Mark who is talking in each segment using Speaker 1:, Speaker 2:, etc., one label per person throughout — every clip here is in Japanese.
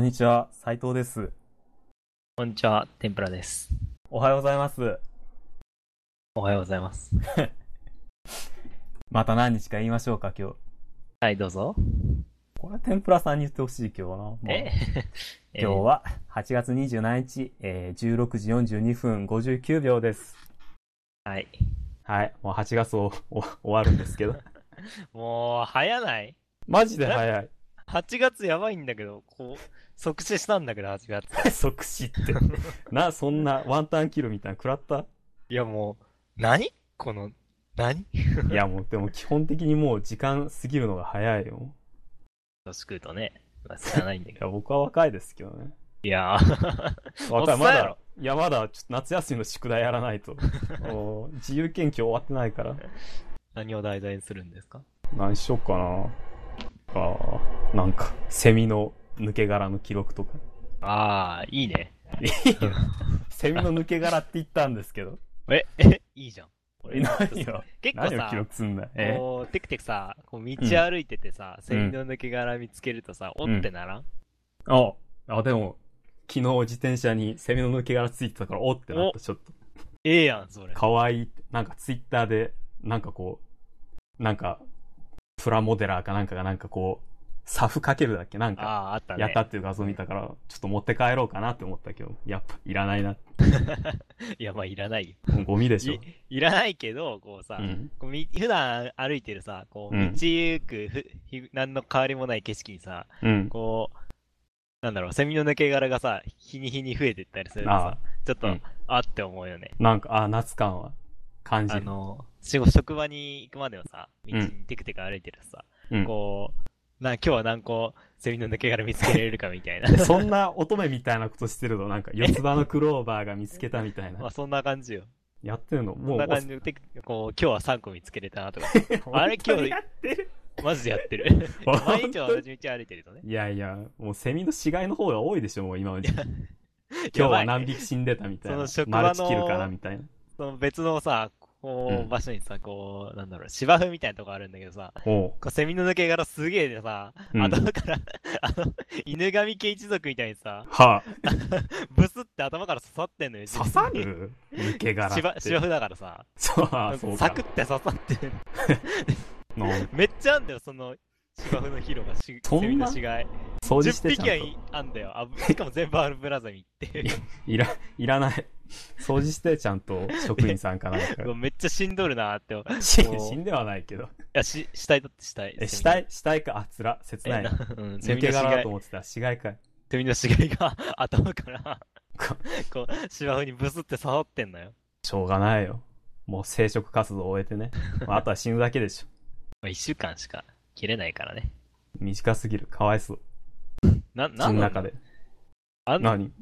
Speaker 1: んにちは、斉藤です。
Speaker 2: こんにちは、天ぷらです。
Speaker 1: おはようございます。
Speaker 2: おはようございます。
Speaker 1: また何日か言いましょうか、今日。
Speaker 2: はい、どうぞ。
Speaker 1: これは天ぷらさんに言ってほしい、今日はな。まあ
Speaker 2: え
Speaker 1: 今日は8月27日、えー16時42分59秒です。
Speaker 2: えーはい。
Speaker 1: はい、もう8月をお終わるんですけど。
Speaker 2: もう、早ない
Speaker 1: マジで早い。
Speaker 2: ?8 月やばいんだけど、こう、即死したんだけど、8月。
Speaker 1: 即死って。な、そんなワンタンキルみたいなの食らった
Speaker 2: いや、もう、何この、何
Speaker 1: いやもう、でも基本的にもう時間過ぎるのが早いよ。
Speaker 2: 年食うとね、まあ、知らないんだけ
Speaker 1: い
Speaker 2: ど。
Speaker 1: や、僕は若いですけどね。
Speaker 2: いやー、
Speaker 1: 若
Speaker 2: お
Speaker 1: い、
Speaker 2: っ
Speaker 1: ま
Speaker 2: さんや
Speaker 1: だ
Speaker 2: ろ、
Speaker 1: いや、まだちょっと夏休みの宿題やらない と。おー自由研究終わってないから。
Speaker 2: 何を題材にするんですか
Speaker 1: 何しよっかな。あーなんか、セミの抜け殻の記録 とか。
Speaker 2: あー、いいね。
Speaker 1: セミの抜け殻って言ったんですけど。
Speaker 2: え、え、いいじゃん。
Speaker 1: え何よ。
Speaker 2: 結
Speaker 1: 何を
Speaker 2: 構
Speaker 1: 記
Speaker 2: さ、
Speaker 1: 録すんだよ。ええ
Speaker 2: こう、テクテクさ、こう道歩いててさ、セミの抜け殻見つけるとさ、おってならん
Speaker 1: あ、あ、でも、昨日自転車にセミの抜け殻ついてたから、おってなった、ちょっと。
Speaker 2: ええやん、それ。
Speaker 1: 可愛いってなんかツイッターで、なんかこう、なんか、プラモデラーかなんかがなんかこう、サフかけるだっけなん
Speaker 2: あ
Speaker 1: か、
Speaker 2: あ、あったね。
Speaker 1: やったっていう画像見たから、ちょっと持って帰ろうかなって思ったけど、やっぱいら ないな。
Speaker 2: いや、まあ、いらないよ。
Speaker 1: もうゴミでしょ
Speaker 2: い。いらないけど、こうさ、
Speaker 1: うん。
Speaker 2: こうみ普段歩いてるさ、こう、
Speaker 1: う
Speaker 2: 道
Speaker 1: ん
Speaker 2: 行く、ふひ何の変わりもない景色にさ、
Speaker 1: うん。
Speaker 2: こう、なんだろう、セミの抜け殻がさ、日に日に増えてったりすると
Speaker 1: あ
Speaker 2: さ、ちょっと、
Speaker 1: うん
Speaker 2: あって思うよね。
Speaker 1: なんか、あ、夏感は感じ
Speaker 2: あ
Speaker 1: る。
Speaker 2: の、仕事、職場に行くまではさ、道にテクテク歩いてるとさ、
Speaker 1: うん
Speaker 2: こう、な、今日は何個、セミの抜け殻見つけられるかみたい な
Speaker 1: で。そんな乙女みたいなことしてるの、なんか四つ葉のクローバーが見つけたみたい
Speaker 2: まあ、
Speaker 1: な。
Speaker 2: そんな感じよ。
Speaker 1: やってるのも
Speaker 2: そ
Speaker 1: うん
Speaker 2: な
Speaker 1: お
Speaker 2: 感じで、テクこう、今日は3個見つけれたなとか、あ
Speaker 1: 本
Speaker 2: れ
Speaker 1: 当
Speaker 2: 今
Speaker 1: に
Speaker 2: 日
Speaker 1: やってる。
Speaker 2: マジでやってる。毎日は同
Speaker 1: 本当に
Speaker 2: じ道歩いてるとね。
Speaker 1: いやいや、もうセミの死骸の方が多いでしょ、 もう今まで。今日は何匹死んでたみたい
Speaker 2: そ
Speaker 1: な
Speaker 2: の。職場の
Speaker 1: マルチキルかなみたいな。
Speaker 2: その別のさ、こ
Speaker 1: うん
Speaker 2: う、場所にさ、こう、なんだろう、芝生みたいなとこあるんだけどさ、
Speaker 1: おう
Speaker 2: こうセミの抜け殻すげえでさ、
Speaker 1: うん
Speaker 2: 頭から、 あの、犬神家一族みたいにさ、
Speaker 1: はあ、
Speaker 2: ブスって頭から刺さってんのよ、
Speaker 1: 刺さ る抜け殻って。
Speaker 2: 芝芝生だからさ、
Speaker 1: そうあそう
Speaker 2: サ
Speaker 1: か
Speaker 2: クって刺さってんの
Speaker 1: の
Speaker 2: めっちゃあんだよ、その、芝生の広がし、
Speaker 1: そんな
Speaker 2: セミの死骸。
Speaker 1: 掃除し
Speaker 2: 10
Speaker 1: てち
Speaker 2: 匹
Speaker 1: ゃ
Speaker 2: は
Speaker 1: んと
Speaker 2: いあんだよ。あしかも全部アルブラザミっていう。
Speaker 1: いら、いらない。掃除してちゃんと職員さんかなんか
Speaker 2: う わめっちゃしんどるなーって。い
Speaker 1: 死
Speaker 2: もう
Speaker 1: 死んではないけど。
Speaker 2: や、し、死体だって死体。
Speaker 1: え、死体、死体か。あ、つら、切
Speaker 2: セミ
Speaker 1: な
Speaker 2: の
Speaker 1: い
Speaker 2: え
Speaker 1: な。
Speaker 2: なうん、セ
Speaker 1: 抜
Speaker 2: ミの
Speaker 1: け
Speaker 2: 死
Speaker 1: 殻だ
Speaker 2: 骸
Speaker 1: と。思ってた。死骸かい。
Speaker 2: セミの死骸が 頭から
Speaker 1: こ、
Speaker 2: こう、芝生にブスって刺さってんのよ。
Speaker 1: しょうがないよ。もう生殖活動を終えてね。まあ、あとは死ぬだけでしょ。
Speaker 2: まあ、一週間しか切れないからね。
Speaker 1: 短すぎる。かわいそう。
Speaker 2: な、なんな
Speaker 1: そ
Speaker 2: ん
Speaker 1: の
Speaker 2: だ
Speaker 1: 中で。
Speaker 2: あんな
Speaker 1: 何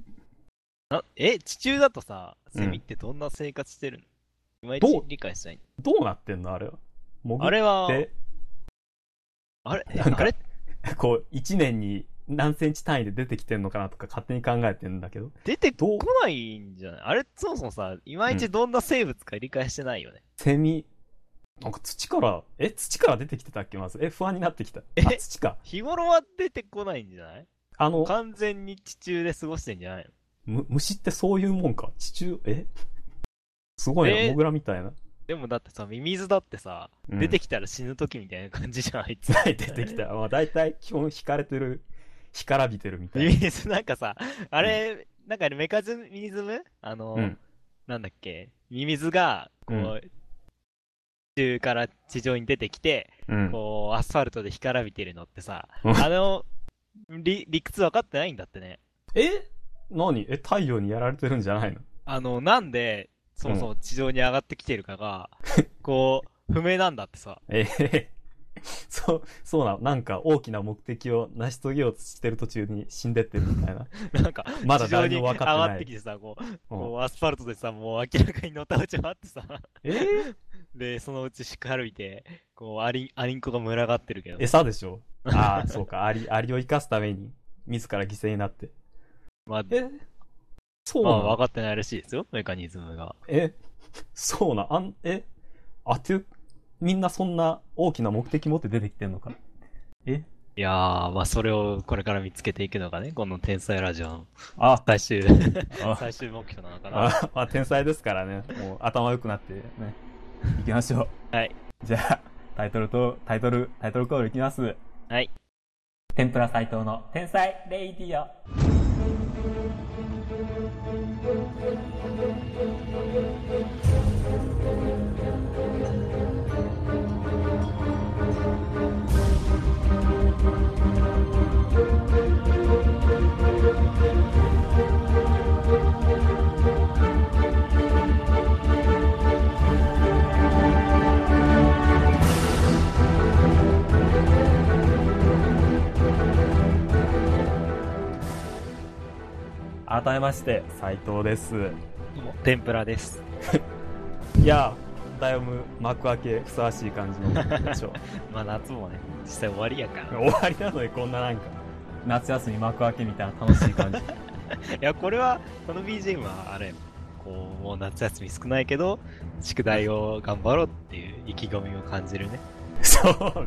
Speaker 2: え、地中だとさ、
Speaker 1: うん
Speaker 2: セミってどんな生活してるの、いまい
Speaker 1: ど
Speaker 2: ち
Speaker 1: う
Speaker 2: 理解してない。
Speaker 1: どうなってんのあれは。潜
Speaker 2: あれは、
Speaker 1: って、
Speaker 2: あれ、
Speaker 1: なんか
Speaker 2: あれ
Speaker 1: こう、一年に何センチ単位で出てきてんのかなとか勝手に考えてんだけど。
Speaker 2: 出て
Speaker 1: どう
Speaker 2: こないんじゃないあれ、そもそもさ、いまいちどんな生物か理解してないよね。
Speaker 1: セミ、なんか土から、え、土から出てきてたっけまず。え、不安になってきた。
Speaker 2: え
Speaker 1: あ、土か。
Speaker 2: 日頃は出てこないんじゃない
Speaker 1: あの、
Speaker 2: 完全に地中で過ごしてんじゃないの
Speaker 1: む虫ってそういうもんか。地中、えすごい
Speaker 2: え
Speaker 1: な、モグラみたいな。
Speaker 2: でもだってさ、ミミズだってさ、出てきたら死ぬ時みたいな感じじゃん、あいつ
Speaker 1: き。た。 出てきた。まあ大体基本惹かれてる、干からびてるみたい
Speaker 2: ミ
Speaker 1: な。
Speaker 2: ミズなんかさ、あれ、なんかね、メカズミズムあの、
Speaker 1: うん
Speaker 2: なんだっけ、ミミズが、こう、
Speaker 1: う
Speaker 2: 地中から地上に出てきて、
Speaker 1: うん。
Speaker 2: こう、アスファルトで干からびてるのってさ、
Speaker 1: うん
Speaker 2: あの、理、理屈分かってないんだってね。
Speaker 1: え何え、太陽にやられてるんじゃないの
Speaker 2: あの、なんで、そもそも地上に上がってきてるか が、こう、不明なんだってさ。
Speaker 1: ええ そう、そうなの。なんか大きな目的を成し遂げようとしてる途中に死んでってるみたいな。
Speaker 2: なんか、
Speaker 1: まだ
Speaker 2: 地上
Speaker 1: 誰
Speaker 2: に
Speaker 1: も
Speaker 2: 上
Speaker 1: 分かってない
Speaker 2: がってきてさ、こう、
Speaker 1: う
Speaker 2: こ
Speaker 1: ん、
Speaker 2: うアスファルトでさ、もう明らかにのたうち回ってさ、
Speaker 1: えー
Speaker 2: で、そのうちしっかり見て、こう、アリン、アリンコが群がってるけど。
Speaker 1: 餌でし ょああ、そうか。アリ、アリを生かすために、自ら犠牲になって。
Speaker 2: まあ、
Speaker 1: えそう
Speaker 2: ま
Speaker 1: な
Speaker 2: あ、
Speaker 1: の
Speaker 2: 分かってないらしいですよ、メカニズムが。
Speaker 1: えそうなあん、えあて、みんなそんな大きな目的持って出てきてんのか。え
Speaker 2: いやー、まあそれをこれから見つけていくのがね、この天才ラジオの
Speaker 1: あ、
Speaker 2: 最終、
Speaker 1: あ
Speaker 2: 最終目標なのか な。
Speaker 1: あ、まあ、天才ですからね。もう頭良くなってね。行きましょう。
Speaker 2: はい。
Speaker 1: じゃあ、タイトルと、タイトル、タイトルコールいきます。
Speaker 2: はい。
Speaker 1: 天ぷら斎藤の天才レイディオ。改めまして、斎藤です。
Speaker 2: どうも天ぷらです。
Speaker 1: いやー、だいぶ幕開けふさわしい感じのでしょう。
Speaker 2: まあ夏もね、実際終わりやから。
Speaker 1: 終
Speaker 2: い
Speaker 1: わりなのにこんななんか、夏休み幕開けみたいな楽しい感じ。
Speaker 2: や、これは、この BGM はあれ、こう、もう夏休み少ないけど、宿題を頑張ろうっていう意気込みを感じるね。
Speaker 1: そう。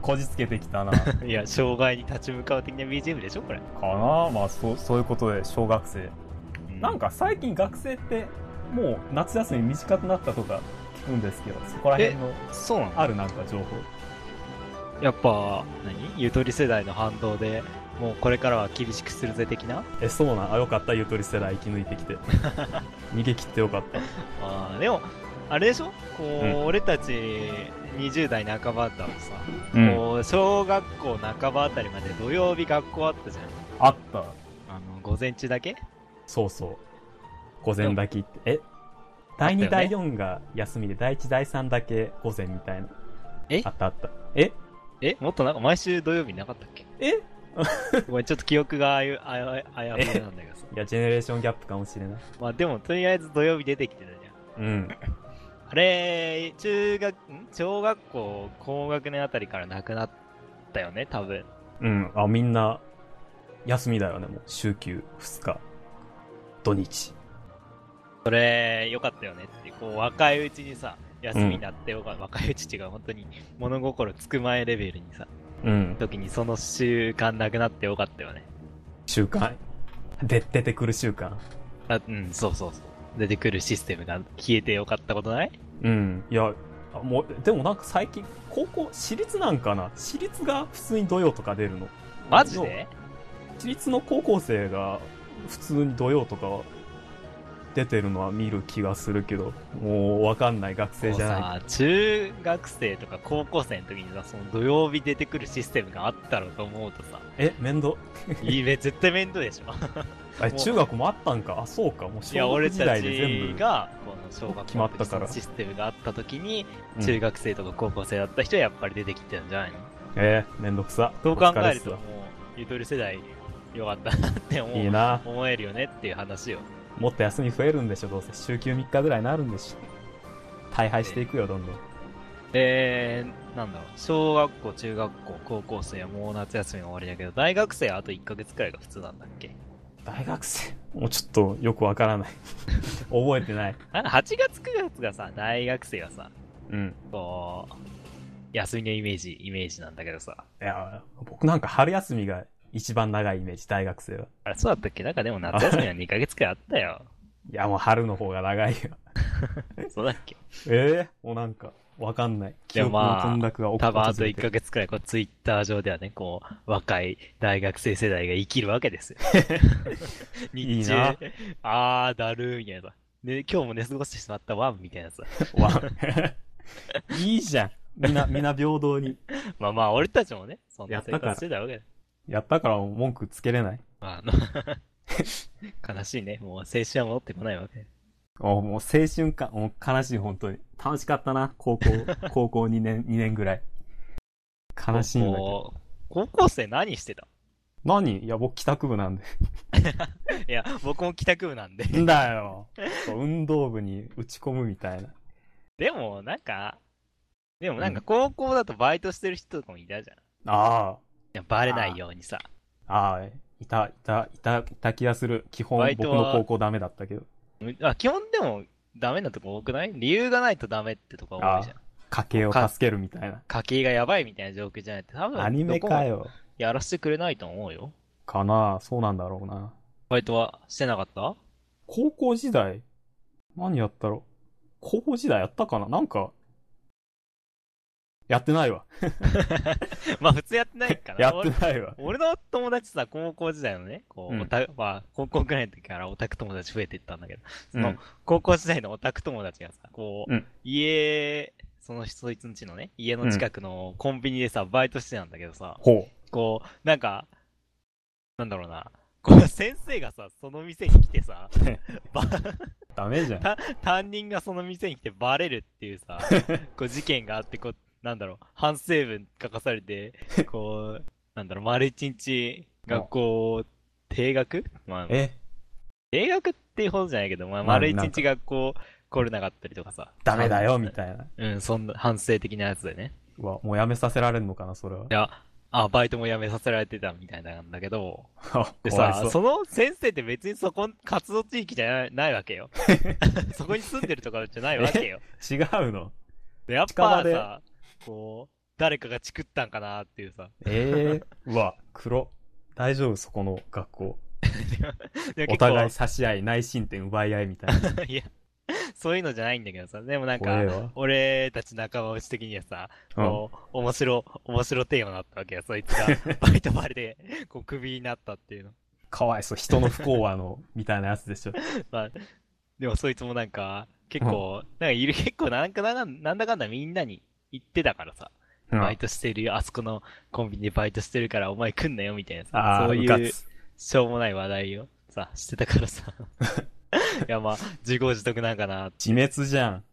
Speaker 1: こじつけてきたな。か
Speaker 2: いや、障害に立ち向かう的な BGM でしょ、これ。
Speaker 1: なまあ、そう、そういうことで、小学生。なんか最近学生って、もう夏休み短くなったとか聞くんですけど、そこら辺の、
Speaker 2: そうなの
Speaker 1: あるなんか情報。
Speaker 2: やっぱ、何ゆとり世代の反動で、もうこれからは厳しくするぜ的な
Speaker 1: え、そうなんあ、よかった、ゆとり世代生き抜いて きて。逃げ切ってよかった。
Speaker 2: あーでも、あれでしょこう、
Speaker 1: うん
Speaker 2: 俺たち20代半ばだもんさ、こう、小学校半ばあたりまで土曜日学校あったじゃん。
Speaker 1: あった。
Speaker 2: あの、午前中だけ
Speaker 1: そうそう。午前だけ行って。え第
Speaker 2: あ
Speaker 1: 2、
Speaker 2: った
Speaker 1: 第
Speaker 2: よね
Speaker 1: 4が休みで、第1、第3だけ午前みたいな。
Speaker 2: え
Speaker 1: あったあった。え
Speaker 2: えもっとなんか毎週土曜日なかったっけ
Speaker 1: え
Speaker 2: ごめん、ちょっと記憶があや、あや、あやふやなんだけどさ。
Speaker 1: いや、ジェネレーションギャップかもしれない。
Speaker 2: まあでも、とりあえず土曜日出てきてたじゃん。
Speaker 1: うん。
Speaker 2: あれ、中学、ん小学校高学年あたりからなくなったよね、多分。
Speaker 1: うん。あ、みんな、休みだよね、もう。週休2日。土日。
Speaker 2: それ、良かったよねって、こう、若いうちにさ、休みになってよか、若いうちっていうか、本当に物心つく前レベルにさ、
Speaker 1: うん。
Speaker 2: 時にその習慣なくなってよかったよね。
Speaker 1: 週間。で、出てくる週間。
Speaker 2: あうん、そうそうそう。出てくるシステムが消えてよかったことない
Speaker 1: うん。いや、あもう、でもなんか最近、高校、私立なんかな私立が普通に土曜とか出るの。
Speaker 2: マジで
Speaker 1: 私立の高校生が普通に土曜とか出てるのは見る気がするけど、もうわかんない学生
Speaker 2: もう
Speaker 1: じゃない。
Speaker 2: さ、中学生とか高校生の時にさ、その土曜日出てくるシステムがあったろうと思 うとさ、
Speaker 1: え、面倒。
Speaker 2: いいめ、絶対面倒でしょ。
Speaker 1: あ
Speaker 2: もう
Speaker 1: 中学もあったんか。あ、そうか。もう
Speaker 2: いや
Speaker 1: 小
Speaker 2: 俺
Speaker 1: 学時
Speaker 2: た
Speaker 1: 代
Speaker 2: ち
Speaker 1: で全部。
Speaker 2: がこの小学校
Speaker 1: 決まったから
Speaker 2: のシステムがあった時に、
Speaker 1: うん
Speaker 2: 中学生とか高校生だった人はやっぱり出てきてたんじゃないの
Speaker 1: えー、めんどくさ。
Speaker 2: そう考
Speaker 1: お疲
Speaker 2: え
Speaker 1: れ
Speaker 2: る
Speaker 1: っす
Speaker 2: とも
Speaker 1: わ
Speaker 2: うゆとり世代よかったなって思う
Speaker 1: いいな。
Speaker 2: 思えるよねっていう話を
Speaker 1: もっと休み増えるんでしょ、どうせ。週休3日ぐらいになるんでしょ。大敗していくよ、どんどん。
Speaker 2: えー、なんだろう小学校中学校高校生はもう夏休みが終わりだけど大学生はあと1ヶ月くらいが普通なんだっけ
Speaker 1: 大学生もうちょっとよくわからない。 覚えてない。
Speaker 2: なんか8月9月がさ大学生はさ
Speaker 1: うん。
Speaker 2: こう休みのイメージイメージなんだけどさ
Speaker 1: いや、僕なんか春休みが一番長いイメージ、大学生は。
Speaker 2: あれそうだったっけなんかでも夏休みは2ヶ月くらいあった よ
Speaker 1: いや、もう春の方が長いよ。
Speaker 2: そうだっけ
Speaker 1: ええもうなんか、わかんない。記
Speaker 2: でも
Speaker 1: 憶
Speaker 2: ま
Speaker 1: の
Speaker 2: あ
Speaker 1: 混濁が起こ
Speaker 2: 多分あと
Speaker 1: て
Speaker 2: 1ヶ月くらい、こう、ツイッター上ではね、こう、若い大学生世代が生きるわ けですよ。
Speaker 1: いい
Speaker 2: 日中、
Speaker 1: な
Speaker 2: あー、だるーみたいな。で、今日も寝過ごしてしまったわ、みたいなさ。
Speaker 1: わ いいじゃん。みんな、みんな平等に。
Speaker 2: まあまあ、俺たちもね、そん
Speaker 1: や
Speaker 2: な
Speaker 1: った
Speaker 2: 生
Speaker 1: から
Speaker 2: 活してたわけだ。
Speaker 1: やったからもう文句つけれない。
Speaker 2: まあ、あの悲しいね。もう青春は戻ってこないわけ。
Speaker 1: おもう青春か、もう悲しい、本当に。楽しかったな、高校、 高校2年、2年ぐらい。悲しいんだけど。
Speaker 2: こう高校生何してた
Speaker 1: 何いや、僕帰宅部なんで。
Speaker 2: いや、僕も帰宅部なんで。
Speaker 1: んだよ。そう運動部に打ち込むみたいな。
Speaker 2: でも、なんか、でもなんか高校だとバイトしてる人とかもいたじゃん。い
Speaker 1: あ
Speaker 2: やバレないようにさ。
Speaker 1: あ、ああ、いた、いた、いた、いた気がする。基本
Speaker 2: バイ
Speaker 1: 僕
Speaker 2: ト
Speaker 1: の
Speaker 2: は
Speaker 1: 高校ダメだったけど。
Speaker 2: あ、基本でもダメなとこ多くない理由がないとダメってとこ多いじゃん。
Speaker 1: 家計を助けるみたいな。
Speaker 2: 家計がやばいみたいな状況じゃないって多分。
Speaker 1: アニメか。よ。
Speaker 2: いやらせてくれないと思うよ。
Speaker 1: かなそうなんだろうな。
Speaker 2: バイトはしてなかった
Speaker 1: 高校時代何やったろう高校時代やったかななんか、やってないわ。
Speaker 2: まあ普通やってないから。
Speaker 1: やってないわ。
Speaker 2: 俺の友達さ、高校時代のね、こう、
Speaker 1: うん
Speaker 2: オタまあ、高校くらいの時からオタク友達増えていったんだけど、その、
Speaker 1: うん
Speaker 2: 高校時代のオタク友達がさ、こう、
Speaker 1: うん
Speaker 2: 家、そのそいつんちのね、家の近くのコンビニでさ、バイトしてたんだけどさ、
Speaker 1: ほ
Speaker 2: こう、なんか、なんだろうな、こう、先生がさ、その店に来てさ、ば
Speaker 1: う。ダメじゃん。
Speaker 2: 担任がその店に来てバレるっていう さ、こう事件があって、こう、なんだろう、反省文書かさ れて、こう、なんだろう、丸一日、学校、定学まあ、
Speaker 1: え、
Speaker 2: 定学っていうほどじゃないけど、まあ、
Speaker 1: うん
Speaker 2: 丸一
Speaker 1: なん
Speaker 2: 日
Speaker 1: か
Speaker 2: 学校来れなかったりとかさ。
Speaker 1: ダメだよ、みたいな。
Speaker 2: うん、そんな、反省的なやつでね。
Speaker 1: うわ、もうやめさせられんのかな、それは。
Speaker 2: いや、あ、バイトも辞めさせられてたみたいなんだけど、で
Speaker 1: かわい
Speaker 2: さ、その先生って別にそこ、活動地域じゃないないわけ よ。そこに住んでるとかじゃないわけよ。
Speaker 1: 違うの。
Speaker 2: で、やっ
Speaker 1: 近場
Speaker 2: ぱ
Speaker 1: で
Speaker 2: さ、こう、誰かがチクったんかなっていうさ。
Speaker 1: ええ うわ、黒。大丈夫、そこの学校。
Speaker 2: でも
Speaker 1: お互い差し合い、内申点奪い合いみたいな。
Speaker 2: 結構 いや、そういうのじゃないんだけどさ、でもなん
Speaker 1: 怖え
Speaker 2: か、
Speaker 1: わ。
Speaker 2: 俺たち仲間内的にはさ、
Speaker 1: うん。
Speaker 2: こう、面白、面白テーマだったわけよ。そいつが、 バイトバレで、こう、クビになったっていうの。
Speaker 1: かわいそう、人の不幸はあの、みたいなやつでしょ。
Speaker 2: まあ、でもそいつもなんか、結構、なんかいる、結構なんかなんか、なんだかんだみんなに言ってたからさ、
Speaker 1: うん
Speaker 2: バイトしてるよ、あそこのコンビニでバイトしてるからお前来んなよ、みたいな
Speaker 1: あ
Speaker 2: さ、
Speaker 1: あ、
Speaker 2: そういうう
Speaker 1: か、つ。
Speaker 2: しょうもない話題をさ、してたか らさ。いや、まあ、自業自得なんかな、
Speaker 1: 自滅じゃん。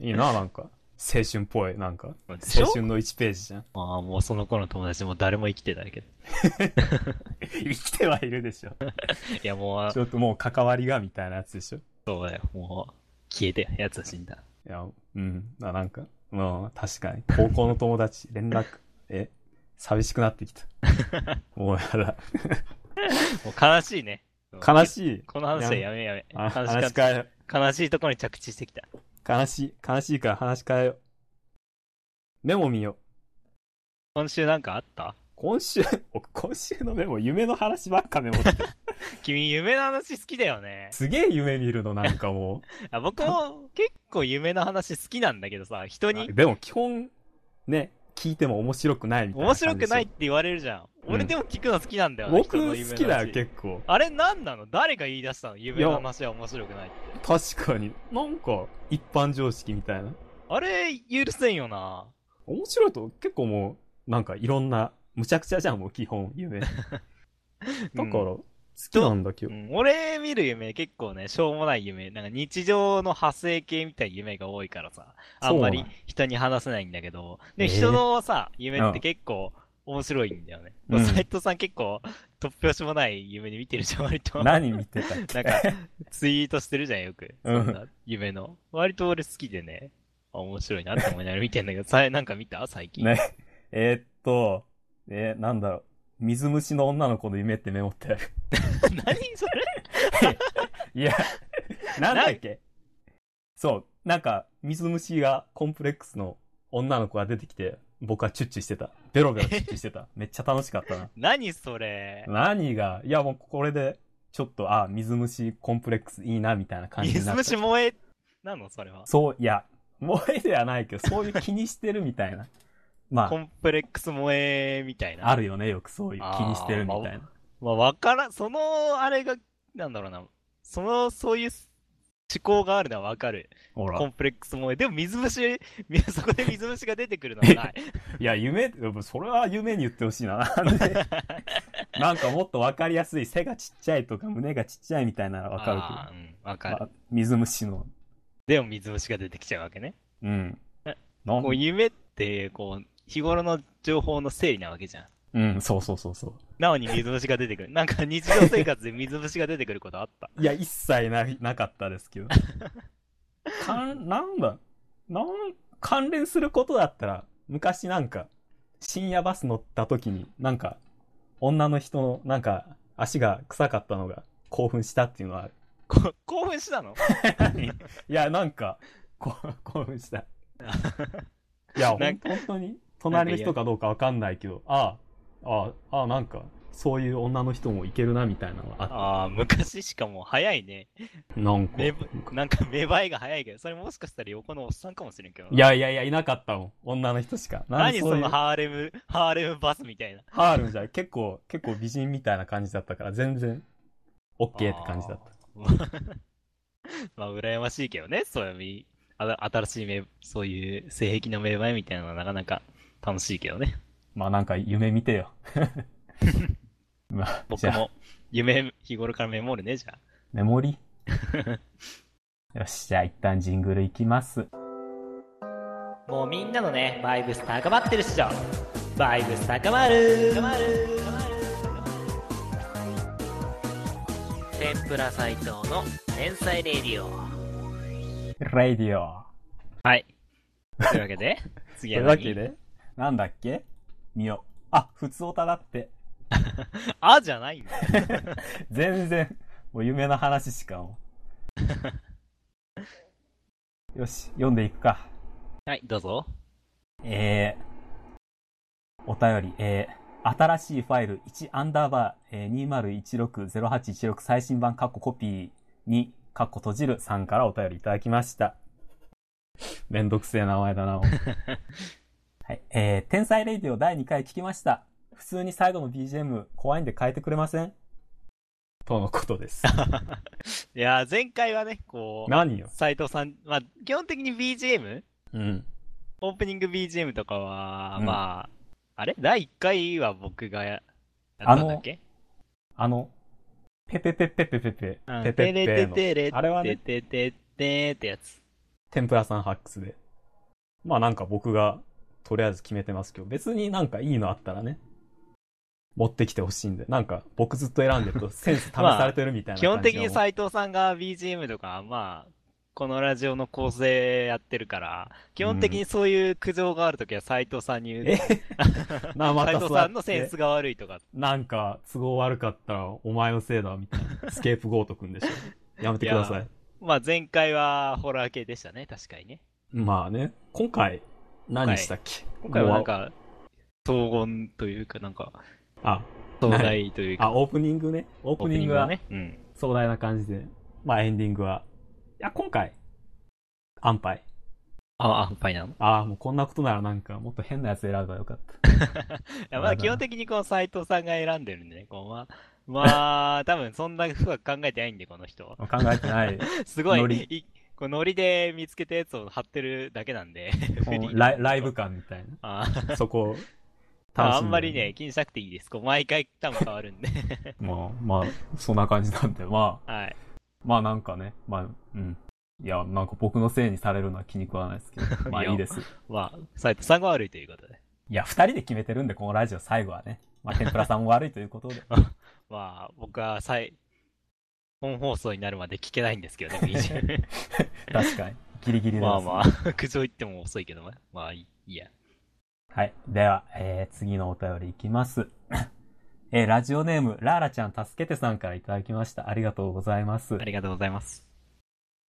Speaker 1: いいな、なんか。青春っぽい、なんか。
Speaker 2: でし
Speaker 1: 青
Speaker 2: ょ
Speaker 1: 春の1ページじゃん。
Speaker 2: まあ、もうその頃の友達も誰も生きてないけど。
Speaker 1: 生きてはいるでしょ。
Speaker 2: いや、も う
Speaker 1: ち、ょっともう関わりがみたいなやつでしょ。
Speaker 2: そうだよ、もう、消えて、奴は死んだ。
Speaker 1: いや、うん。ななんか、まあ、確かに。高校の友達、連絡、 え、寂しくなって きた。もうや だ。
Speaker 2: もう悲しいね。
Speaker 1: 悲しい。
Speaker 2: この話はやめやめ。
Speaker 1: あ
Speaker 2: 悲
Speaker 1: 話
Speaker 2: しか
Speaker 1: 変えよ
Speaker 2: 悲しいところに着地してきた。
Speaker 1: う。悲しい。悲しいから話変えよう。メモ見よう。
Speaker 2: 今週なんかあった
Speaker 1: 今週、僕今週のメモ、夢の話ばっかメモって。
Speaker 2: 君、夢の話好きだよね。
Speaker 1: すげえ夢見るの、なんかもう。
Speaker 2: あ僕も結構夢の話好きなんだけどさ、人に
Speaker 1: あでも基本ね聞いても面白くないみたいな
Speaker 2: 面
Speaker 1: 感じ
Speaker 2: 白くないって言われるじゃん。
Speaker 1: うん
Speaker 2: 俺でも聞くの好きなんだよね、
Speaker 1: 僕
Speaker 2: 人の
Speaker 1: 好
Speaker 2: 夢の話
Speaker 1: きだよ結構
Speaker 2: あれなんなの誰が言い出したの夢の話は面白くないって。
Speaker 1: 確かになんか一般常識みたいな
Speaker 2: あれ、許せんよな。
Speaker 1: 面白いと結構もうなんかいろんなむちゃくちゃじゃんもう基本 夢だから
Speaker 2: うん
Speaker 1: 好きなんだけ
Speaker 2: う
Speaker 1: ど、
Speaker 2: ん俺見る夢結構ね、しょうもない夢。なんか日常の派生系みたいな夢が多いからさ、あんま
Speaker 1: そう
Speaker 2: り
Speaker 1: なん
Speaker 2: 人に話せないんだけど、
Speaker 1: えー
Speaker 2: で、人のさ、夢って結構面白いんだよね。
Speaker 1: うん
Speaker 2: 斎藤さん結構突拍子もない夢に見てるじゃん、割と。なんか
Speaker 1: 何見てたっけ
Speaker 2: ツイートしてるじゃん、よく。
Speaker 1: うん
Speaker 2: そんな夢の。割と俺好きでね、あ面白いなって思いながら見てんだけど、 さ、なんか見た最近。
Speaker 1: ねえーっとえーなんだろう水虫の女の子の夢ってメモってある
Speaker 2: 何それ
Speaker 1: いやなんだっけそうなんか水虫がコンプレックスの女の子が出てきて僕はチュッチュしてたベロベロチュッチュして ためっちゃ楽しかったな
Speaker 2: 何それ
Speaker 1: 何がいやもうこれでちょっとあ水虫コンプレックスいいなみたいな感じに
Speaker 2: 水
Speaker 1: なった
Speaker 2: 虫萌えなのそれは。
Speaker 1: そういや萌えではないけどそういう気にしてるみたいなま
Speaker 2: コンプレックス萌えみたいな。
Speaker 1: ああるよねよくそういう気にしてるみたいな
Speaker 2: まあ、わからん、その、あれが、なんだろうな、その、そういう思考があるのはわかる。
Speaker 1: ほら
Speaker 2: コンプレックス萌え。でも水虫、みそこで水虫が出てくるの はない。
Speaker 1: いや夢やっぱそれは夢に言ってほしい ななんでなんかもっと分かりやすい背がちっちゃいとか胸がちっちゃいみたいなのは分かるけど
Speaker 2: あーうん、わかる。
Speaker 1: まあ水虫の
Speaker 2: でも水虫が出てきちゃうわけね。
Speaker 1: うん
Speaker 2: え
Speaker 1: なん
Speaker 2: こう夢って、こう、日頃の情報の整理なわけじゃん。
Speaker 1: うんそうそうそうそう
Speaker 2: なおに水虫が 出てくる。なんか日常生活で水虫が出てくることあった。
Speaker 1: いや、一切な、なかったですけ ど。かん、なんだ、なん、関連することだったら、昔なんか、深夜バス乗った時に、なんか、女の人の、なんか、足が臭かったのが、興奮したっていうのはある。
Speaker 2: こ興奮したの
Speaker 1: 何い や、なんか、こ 興奮した。いや、ほ
Speaker 2: なん
Speaker 1: ん本当に、隣の人かどうかわかんないけど、ああ、ああ、なんか、そういう女の人もいけるな、みたいなのがあっ
Speaker 2: ああ、昔しかも早いね。
Speaker 1: て。なんか。
Speaker 2: 芽なんか芽生えが早いけど、それもしかしたら横のおっさんかもしれんけどな。
Speaker 1: いやいやいや、いなかったもん。女の人しか。なんで
Speaker 2: 何
Speaker 1: そう
Speaker 2: そ
Speaker 1: いう
Speaker 2: のハーレム、ハーレムバスみたいな。
Speaker 1: ハールムじゃ結構、結構美人みたいな感じだったから、全然、オッケーって感じだった。
Speaker 2: た。まあ、羨ましいけどね、そういうみ、あら新しい芽、そういう性癖の芽生えみたいなのはなかなか楽しいけどね。
Speaker 1: まあなんか夢見てよ。まあ、じ
Speaker 2: 僕
Speaker 1: ゃあ、
Speaker 2: も夢、日頃からメモるね、じゃあ。
Speaker 1: メモリ。 よし、じゃあ一旦ジングルいきます。
Speaker 2: もうみんなのね、バイブス高まってるっしょ。バイブス高まる。高まる。天ぷら斎藤の天才レディオ。
Speaker 1: レイディオ。
Speaker 2: はい。というわけで、
Speaker 1: と
Speaker 2: 次
Speaker 1: い
Speaker 2: は
Speaker 1: うわ
Speaker 2: 何
Speaker 1: けで、なんだっけ見よう。あ、普通オタだって。
Speaker 2: あじゃないんだよ。
Speaker 1: 全然、もう夢の話しかも。よし、読んでいくか。
Speaker 2: はい、どうぞ。
Speaker 1: えー、お便り、えー、新しいファイル1アンダーバー、えー、2016-0816最新版カッココピー2カッコ閉じるさんからお便りいただきました。めんどくせえ名前だな、もうはい、えー、天才レイディオ第2回聞きました。普通に最後の BGM 怖いんで変えてくれませんとのことです。
Speaker 2: いやー、前回はね、こう、
Speaker 1: 何よ。
Speaker 2: 斎藤さん、まあ、基本的に BGM?
Speaker 1: うん。
Speaker 2: オープニング BGM とかは、
Speaker 1: うん
Speaker 2: まあ、あれ第1回は僕がややったんだっけ
Speaker 1: あの、ペペペペペペペ、
Speaker 2: うん
Speaker 1: ペペ
Speaker 2: テレ
Speaker 1: ペ
Speaker 2: テ
Speaker 1: の
Speaker 2: テレ
Speaker 1: あれはね
Speaker 2: テテテテってやつ。
Speaker 1: 天ぷらさんハックスで。まあなんか僕がとりあえず決めてますけど、別になんかいいのあったらね、持ってきてほしいんで、なんか僕ずっと選んでる とセンス試されてるみたいな
Speaker 2: 基本
Speaker 1: 感じ
Speaker 2: 的
Speaker 1: の、
Speaker 2: に斎藤さんが BGM とか、まあ、このラジオの構成やってるから、基本的にそういう苦情があるときは斎藤さんに言う。
Speaker 1: え なまた
Speaker 2: 斎
Speaker 1: そう
Speaker 2: 藤
Speaker 1: や
Speaker 2: さ
Speaker 1: って
Speaker 2: んのセ ンスが悪いとか。
Speaker 1: なんか都合悪かったらお前のせいだみたいな。スケープゴートくんでしょ。やめてくださ
Speaker 2: い
Speaker 1: い。
Speaker 2: まあ前回はホラー系でしたね、確かにね。
Speaker 1: まあね、今回何したっけ
Speaker 2: 今回はなん
Speaker 1: も
Speaker 2: か、荘厳というか、なんか、
Speaker 1: うあ、
Speaker 2: 壮大というか、
Speaker 1: あ、オープニングね。オープニングは
Speaker 2: オープニングはね。
Speaker 1: 壮大な感じで。まあエンディングは。いや、今回、安牌。
Speaker 2: うん。あ、あ、いっぱいなのい
Speaker 1: ああ、もうこんなことならなんかもっと変なやつ選べばよかった。
Speaker 2: やまあ基本的にこの斎藤さんが選んでるんでね、こう、まあ、まあ、多分そんな深く考えてないんで、この人。
Speaker 1: 考えて ない。
Speaker 2: すごい、
Speaker 1: ノリ
Speaker 2: いこうノリで見つけたやつを貼ってるだけなんで、 フリ
Speaker 1: も
Speaker 2: ー
Speaker 1: うライライブ感みたい
Speaker 2: あー
Speaker 1: な。そこを楽し
Speaker 2: まああ
Speaker 1: で
Speaker 2: んまりね、。気にしなくていいです。こう毎回多分変 わるんで。
Speaker 1: まあ、まあ、そんな感じなんで、まあ、
Speaker 2: はい。
Speaker 1: まあなんかね、まあ、うん。いや、なんか僕のせいにされるのは気に食わないですけど、 まあ
Speaker 2: いや
Speaker 1: いいです。
Speaker 2: まあ、斎藤さんが悪いということで。
Speaker 1: いや、二人で決めてるんで、このラジオ最後はね。まあ、天ぷらさんも悪いということ で。
Speaker 2: まあ、僕は最、本放送になるまで聞けないんですけどね、BGM
Speaker 1: 確かに。ギリギリです。
Speaker 2: まあまあ、 苦情言っても遅いけど、まあ、まあいいいいや。
Speaker 1: はい。では、えー次のお便りいきます。 えーラジオネーム、ラーラちゃん助けてさんからいただきました。ありがとうございます
Speaker 2: あ。りがとうございます。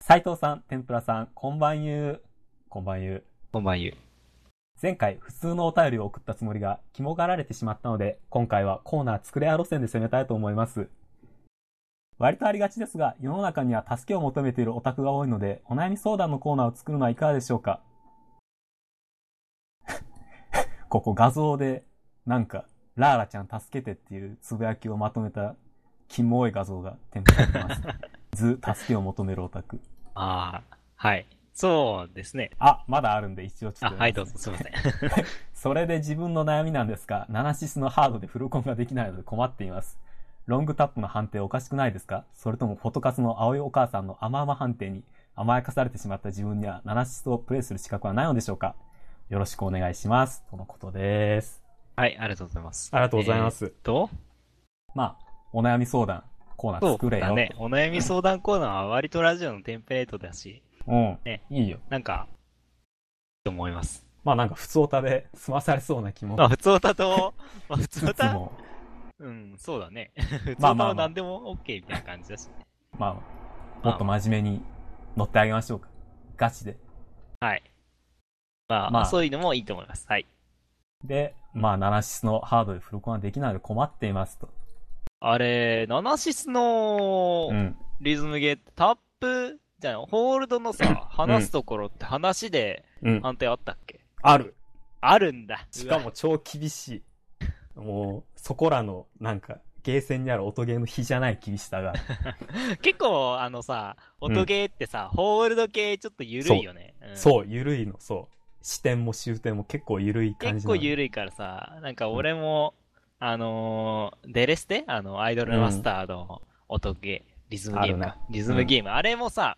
Speaker 1: 斉藤さん、天ぷらさん、こんばんゆう。こんばんゆう。
Speaker 2: こんばんゆ。
Speaker 1: 前回、普通のお便りを送ったつもりが、肝がられてしまったので、今回はコーナー作れや路線で攻めたいと思います。割とありがちですが、世の中には助けを求めているオタクが多いので、お悩み相談のコーナーを作るのはいかがでしょうか ここ画像で、なんか、ラーラちゃん助けてっていうつぶやきをまとめた、キモい画像が添付されて ます。図、助けを求めるオタク。
Speaker 2: ああ、はい。そうですね。
Speaker 1: あ、まだあるんで一応ちょ
Speaker 2: あ、
Speaker 1: っと。
Speaker 2: はい、どうぞ、すいません。
Speaker 1: それで自分の悩みなんですが、ナナシスのハードでフルコンができないので困っています。ロングタップの判定おかしくないですかそれともフォトカスの青いお母さんの甘々判定に甘やかされてしまった自分にはナナシスをプレイする資格はないのでしょうかよろしくお願いします。とのことです。
Speaker 2: はい、ありがとうございます。
Speaker 1: ありがとうございま
Speaker 2: え
Speaker 1: す
Speaker 2: ーっと、
Speaker 1: まあ、お悩み相談コーナー
Speaker 2: そ
Speaker 1: 作
Speaker 2: う
Speaker 1: れよ。
Speaker 2: だね。お悩み相談コーナーは割とラジオのテンプレートだし、
Speaker 1: うん、
Speaker 2: ね
Speaker 1: いいよ。
Speaker 2: なんか、と思います。
Speaker 1: まあなんか普通オタで済まされそうな気も
Speaker 2: まあ、普通歌 と、まあ、普
Speaker 1: し
Speaker 2: 通
Speaker 1: つつ
Speaker 2: 歌
Speaker 1: も。
Speaker 2: うん、そうだね。普 通
Speaker 1: まあ
Speaker 2: 歌
Speaker 1: まあまあ
Speaker 2: は何でも OK みたいな感じだし。
Speaker 1: まあ、もっと真面目に乗ってあげましょうか。ガチで。
Speaker 2: はい。まあ、
Speaker 1: まあ
Speaker 2: そういうのもいいと思います。はい。
Speaker 1: で、まあ、ナナシスのハードでフロコンはできないので困っていますと。
Speaker 2: あれ、ナナシスの
Speaker 1: うん。
Speaker 2: リズムゲーってタップじゃない、ホールドのさ、話すところって話で
Speaker 1: うん。
Speaker 2: 判定あったっけ
Speaker 1: ある。
Speaker 2: あるんだ。
Speaker 1: しかも超厳しい。もう、そこらの、なんか、ゲーセンにある音ゲーの比じゃない厳しさがある。
Speaker 2: うわ。結構、あのさ、音ゲーってさ、ホールド系ちょっと緩いよね。うん
Speaker 1: そう、ゆるいの、そう。視点も終点も結構ゆるい感じ
Speaker 2: 結
Speaker 1: なの
Speaker 2: 構緩いからさ、なんか俺も、あのーデレステあの、アイドルマスターの音ゲー、リズムゲーム
Speaker 1: あ
Speaker 2: か
Speaker 1: る。
Speaker 2: リズムゲーム。あれもさ、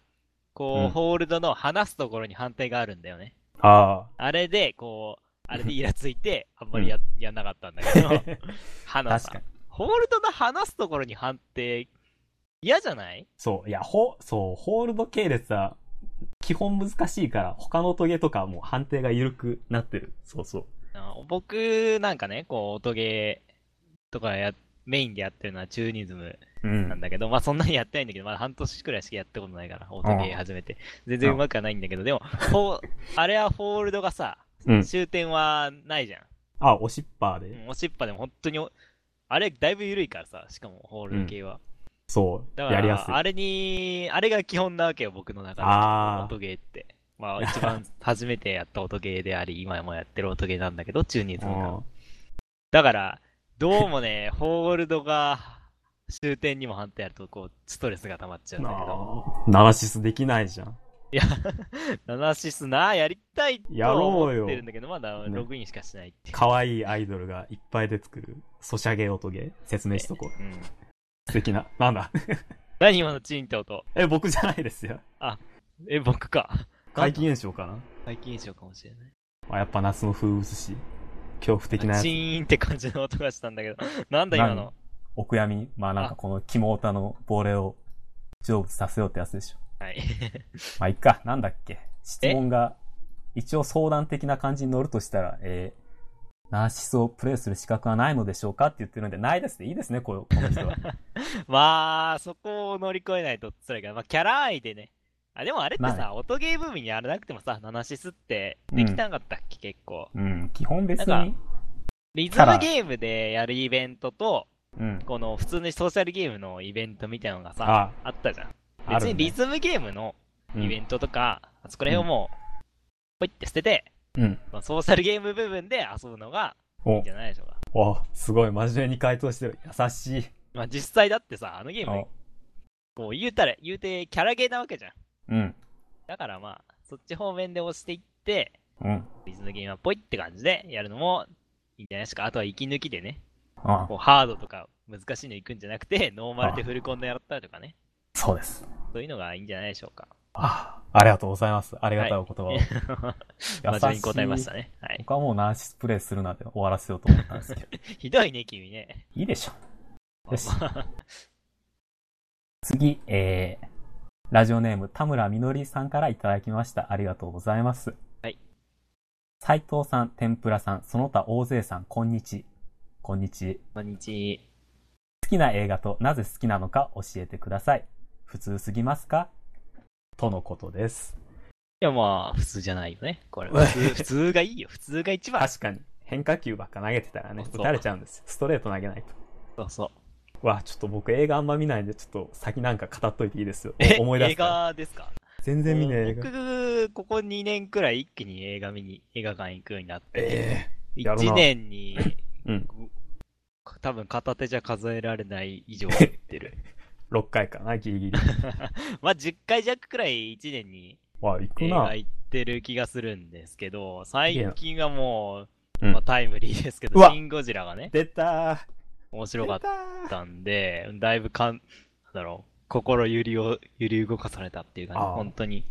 Speaker 2: こう、
Speaker 1: うん
Speaker 2: ホールドの話すところに判定があるんだよね。
Speaker 1: あ
Speaker 2: あれで、こう、あれでイラついて、あんまりや、やんなかったんだ けど、
Speaker 1: あ。
Speaker 2: 話
Speaker 1: 確
Speaker 2: す
Speaker 1: か。に。
Speaker 2: ホールドの話すところに判定、嫌じゃない
Speaker 1: そう、いや、ほ、そう、ホールド系列は、基本難しいから、他のトゲとかも判定が緩くなってる。そうそう。
Speaker 2: あ僕なんかね、こう、音ゲーとかや、メインでやってるのはチューニズム
Speaker 1: う
Speaker 2: なん
Speaker 1: ん。
Speaker 2: だけど、まあそんなにやってないんだけど、まだ半年くらいしかやったことないから、音ゲー始めて。全然うまくはないんだけど、でも、ほう あれはホールドがさ、
Speaker 1: うん。
Speaker 2: 終点はないじゃん。
Speaker 1: あ、おしっぱーで。
Speaker 2: うんおしっぱでも本当にお、あれだいぶ緩いからさ、しかもホールド系は。
Speaker 1: そう、
Speaker 2: だか
Speaker 1: やりやすい
Speaker 2: ら、。あれに、あれが基本なわけよ、僕の中
Speaker 1: あ
Speaker 2: で。音ゲーって。まあ、一番初めてやった音ゲーであり、今もやってる音ゲーなんだけど、チューニズ ムが。だから、どうもね、 ホールドが終点にも判定やると、こう、ストレスが溜まっちゃう
Speaker 1: うん
Speaker 2: だけど。
Speaker 1: んナナシスできないじゃん。
Speaker 2: いや、ナナシスな、やりたいと
Speaker 1: やろ
Speaker 2: 思
Speaker 1: うよ
Speaker 2: ってるんだけど、まだ
Speaker 1: ね
Speaker 2: ログインしかしないっていう。
Speaker 1: 可愛いアイドルがいっぱい出てくる、ソシャゲ音ゲー、説明しとこう。
Speaker 2: うん。
Speaker 1: 素敵な。なんだ
Speaker 2: 何今のチンって音
Speaker 1: え、僕じゃないですよ。
Speaker 2: え、僕か。
Speaker 1: 怪奇現象かな
Speaker 2: 最近印象かもしれない。
Speaker 1: あやっぱ夏の風物詩。恐怖的なや
Speaker 2: チ
Speaker 1: つ。
Speaker 2: ーンって感じの音がしたんだけど。 なんだ今の。
Speaker 1: お悔やみ。まあなんかこの肝オタの亡霊を成仏させようってやつでしょ。
Speaker 2: はい。
Speaker 1: まあいっか。なんだっけ。質問が、一応相談的な感じに乗るとしたら、えー、ナーシスをプレイする資格はないのでしょうかって言ってるので、ないですでいいですね、このこの人 は。
Speaker 2: まあ、そこを乗り越えないと辛いから、まあ、キャラ愛でね。あ、でもあれって
Speaker 1: まあ
Speaker 2: さ、音ゲーブームにやらなくてもさ、ナナシスってできたんかったっけ、結構。
Speaker 1: うん、基本別
Speaker 2: なん
Speaker 1: に。
Speaker 2: リズ
Speaker 1: キャ
Speaker 2: ム
Speaker 1: ラ
Speaker 2: ゲームでやるイベントと、
Speaker 1: うん。
Speaker 2: この普通のソーシャルゲームのイベントみたいなのが
Speaker 1: あ、
Speaker 2: さ、あったじゃん。
Speaker 1: あ
Speaker 2: 別
Speaker 1: る
Speaker 2: に
Speaker 1: ね
Speaker 2: リズムゲームのイベントとか、そこら辺をもう、ポイって捨てて、
Speaker 1: うん。
Speaker 2: まあソーシャルゲーム部分で遊ぶのがいいん
Speaker 1: お
Speaker 2: じ、ゃないでしょうか。
Speaker 1: お、すごい真面目に回答してる。優しい。
Speaker 2: まあ実際だってさ、あのゲーム
Speaker 1: お、
Speaker 2: こう言うたら、言うてキャラゲーなわけじゃん。
Speaker 1: うん。
Speaker 2: だからまあ、そっち方面で押していって、
Speaker 1: うん。
Speaker 2: リズムゲームはぽいって感じでやるのもいいんじゃないですか。あとは息抜きでね、
Speaker 1: あ
Speaker 2: こうハードとか難しいの行くんじゃなくて、ノーマルでフルコンでやったりとかね、
Speaker 1: そうです。
Speaker 2: そういうのがいいんじゃないでしょうか。
Speaker 1: あ、ありがとうございます。ありがたいお言葉を。
Speaker 2: 真面目に答えましたね。はい。
Speaker 1: 僕はもうナーシスプレイするなんて終わらせようと思ったんですけど。
Speaker 2: ひどいね、君ね。
Speaker 1: いいでしょ。よし
Speaker 2: まあ
Speaker 1: 次、えー、ラジオネーム田村みのりさんからいただきました。ありがとうございます。
Speaker 2: はい。
Speaker 1: 斉藤さん、天ぷらさん、その他大勢さん、こんにち。こんにち。
Speaker 2: こんにち
Speaker 1: 好きな映画となぜ好きなのか教えてください。普通すぎますかとのことです。
Speaker 2: いやまあ、普通じゃないよね。これ。
Speaker 1: うわ
Speaker 2: 普通普通がいいよ。普通が一番。
Speaker 1: 確かに。変化球ばっか投げてたらね、
Speaker 2: そう
Speaker 1: 打たれちゃうんですよ。ストレート投げないと。
Speaker 2: そうそう。
Speaker 1: わあ、ちょっと僕映画あんま見ないんで、ちょっと先なんか語っといていいですよ。
Speaker 2: え、
Speaker 1: 思い出す
Speaker 2: 映
Speaker 1: から。
Speaker 2: 画ですか
Speaker 1: 全然見ない映画。
Speaker 2: 僕、ここ2年くらい一気に映画見に、映画館行くようになって。
Speaker 1: えやるな
Speaker 2: 1年に、
Speaker 1: えうん。
Speaker 2: 多分片手じゃ数えられない以上行ってる。
Speaker 1: 6回かな、ギリギ リ。
Speaker 2: まあ、10回弱くらい1年に
Speaker 1: わあ、行く
Speaker 2: 映
Speaker 1: な
Speaker 2: 画。行ってる気がするんですけど、最近はもう、
Speaker 1: うん
Speaker 2: まあ、タイムリーですけ
Speaker 1: う
Speaker 2: ど、
Speaker 1: わ
Speaker 2: シン・ゴジラがね、
Speaker 1: 出たー。
Speaker 2: 面白かっ
Speaker 1: 出たー
Speaker 2: たんで、だいぶかん、なんだろう、心揺りを、揺り動かされたっていうか、ね
Speaker 1: あ、ー
Speaker 2: 本当に、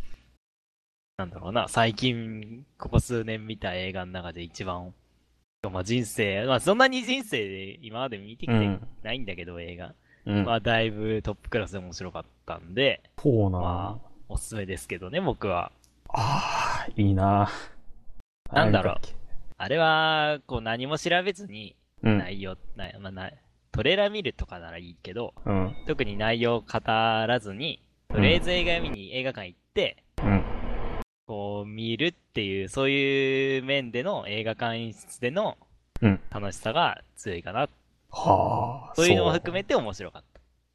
Speaker 2: なんだろうな、最近、ここ数年見た映画の中で一番、まあ人生、まあそんなに人生で今まで見てき
Speaker 1: う
Speaker 2: て
Speaker 1: ん。
Speaker 2: ないんだけど、映画。
Speaker 1: うん。
Speaker 2: まあだいぶトップクラスで面白かったんで、
Speaker 1: そうなー
Speaker 2: まあ、おすすめですけどね、僕は。
Speaker 1: あー、いいなー。
Speaker 2: なんだろう
Speaker 1: あれ見たっ
Speaker 2: あれは、こう何も調べずに、
Speaker 1: けうん。
Speaker 2: 内容、なまあ、なトレーラー見るとかならいいけど、
Speaker 1: うん。
Speaker 2: 特に内容を語らずに、とりあえず映画見に映画館行って、
Speaker 1: うん。
Speaker 2: こう見るっていう、そういう面での映画館演出での
Speaker 1: うん
Speaker 2: 楽しさが強いかな。
Speaker 1: はあ。
Speaker 2: そういうのも含めて面白かっ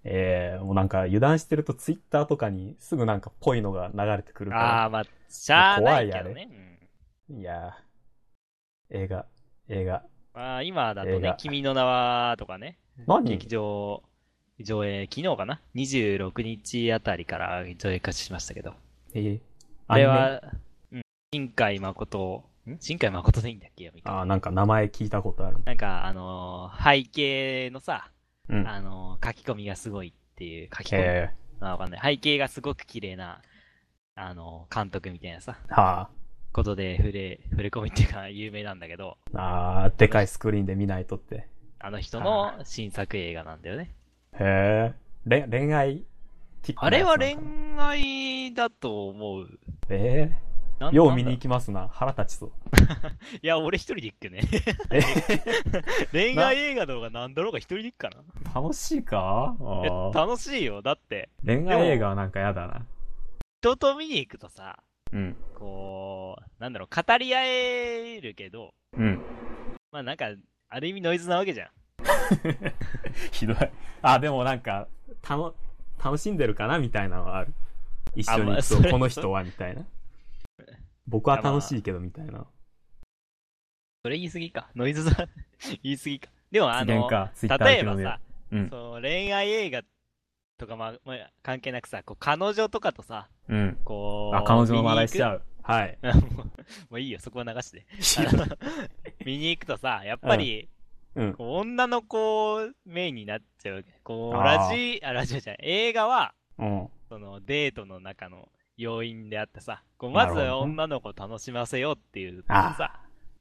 Speaker 1: ええもうなんか油断してるとツイッターとかにすぐなんかぽいのが流れてくる
Speaker 2: た。
Speaker 1: か
Speaker 2: ああー、まあ、しゃあないけど
Speaker 1: 怖
Speaker 2: ね。う
Speaker 1: ら。
Speaker 2: ん
Speaker 1: いやー映画、映画。
Speaker 2: まあ、今だと
Speaker 1: 映
Speaker 2: ね
Speaker 1: 画、
Speaker 2: 君の名はとかね、
Speaker 1: 何
Speaker 2: 劇場、上映、昨日かな ?26 日あたりから上映開始しましたけど。
Speaker 1: えー、
Speaker 2: あれは、うん、新海誠、ん新海誠でいいんだっけ読み
Speaker 1: アニメ。
Speaker 2: 方
Speaker 1: あーなんか名前聞いたことある。
Speaker 2: なんか、あのー背景のさ、
Speaker 1: うん。
Speaker 2: あのー書き込みがすごいっていう、書き込み、
Speaker 1: え
Speaker 2: まあわかんない。背景がすごく綺麗な、あのー監督みたいなさ、
Speaker 1: ー、は
Speaker 2: ことで触れ、触れ込みっていうか有名なんだけど、
Speaker 1: あ。あーでかいスクリーンで見ないとって。
Speaker 2: あの人の新作映画なんだよね。
Speaker 1: へえ。れ恋愛ティックな
Speaker 2: あれ
Speaker 1: やつな
Speaker 2: は
Speaker 1: のかな
Speaker 2: 恋愛だと思う。
Speaker 1: え
Speaker 2: な
Speaker 1: え
Speaker 2: ん
Speaker 1: よう見に行
Speaker 2: なんだ
Speaker 1: きますな。腹立ちそう。
Speaker 2: ろういや、俺一人で行くね。
Speaker 1: え
Speaker 2: 恋愛映画の方が何だろうが一人で行くかな。
Speaker 1: 楽しいかあ
Speaker 2: い
Speaker 1: ー
Speaker 2: や楽しいよ。だって、
Speaker 1: 恋愛映画はなんかやだな。
Speaker 2: 人と見に行くとさ、
Speaker 1: うん。
Speaker 2: こう、なんだろう、語り合えるけど、
Speaker 1: うん。
Speaker 2: まあなんか、ある意味ノイズなわけじゃん。
Speaker 1: ひどい。あ、でもなんか、たの、楽しんでるかなみたいなのはある。一緒に
Speaker 2: まあ
Speaker 1: 行
Speaker 2: そ
Speaker 1: くと、
Speaker 2: れ
Speaker 1: この人はみたいな。僕は楽しいけどみたいな。
Speaker 2: それ言い過ぎか。ノイズだ。 言い過ぎか。でもあ
Speaker 1: 次元
Speaker 2: の、
Speaker 1: か、ツイッター
Speaker 2: 例えばさ、
Speaker 1: うん。
Speaker 2: そう恋愛映画とか、まあ、まあ、関係なくさ、こう彼女とかとさ、
Speaker 1: うん。
Speaker 2: こう、
Speaker 1: あ、彼女の話題しち
Speaker 2: う。
Speaker 1: ゃう。はい。
Speaker 2: もう もういいよ、そこは流して。
Speaker 1: ひ
Speaker 2: あ
Speaker 1: どい
Speaker 2: の見に行くとさ、やっぱり、
Speaker 1: うん。
Speaker 2: こう女の子をメインになっちゃうわけ。こう、
Speaker 1: あー
Speaker 2: ラジ、あ、ラジオじゃない、映画は、
Speaker 1: うん。
Speaker 2: その、デートの中の要因であってさ、こう、まず
Speaker 1: なるほどね
Speaker 2: 女の子を楽しませようっていう
Speaker 1: あー
Speaker 2: さ、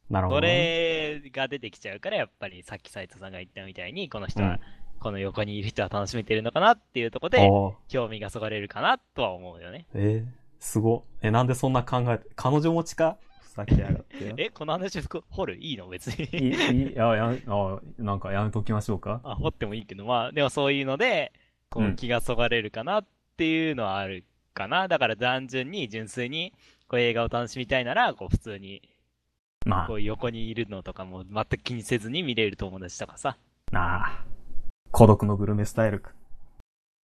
Speaker 1: なるほ
Speaker 2: そ
Speaker 1: どね。
Speaker 2: れが出てきちゃうから、やっぱり、さっき斉藤さんが言ったみたいに、この人
Speaker 1: う
Speaker 2: は
Speaker 1: ん、
Speaker 2: この横にいる人は楽しめてるのかなっていうところで、
Speaker 1: おー
Speaker 2: 興味がそがれるかなとは思うよね。
Speaker 1: えー、すご。え、なんでそんな考えて、彼女持ちかふざけやがって。
Speaker 2: え、この話ふく掘るいいの別に。
Speaker 1: いい、いい、あ、やめ、あ、なんかやめときましょうか。
Speaker 2: あ、掘ってもいいけど、まあ、でもそういうので、こ
Speaker 1: うん
Speaker 2: う、気がそがれるかなっていうのはあるかな。だから単純に、純粋に、こう映画を楽しみたいなら、こう普通に、
Speaker 1: ま
Speaker 2: こう横にいるのとかも全く気にせずに見れる友達とかさ。
Speaker 1: あ、なあ。孤独のグルメスタイルか。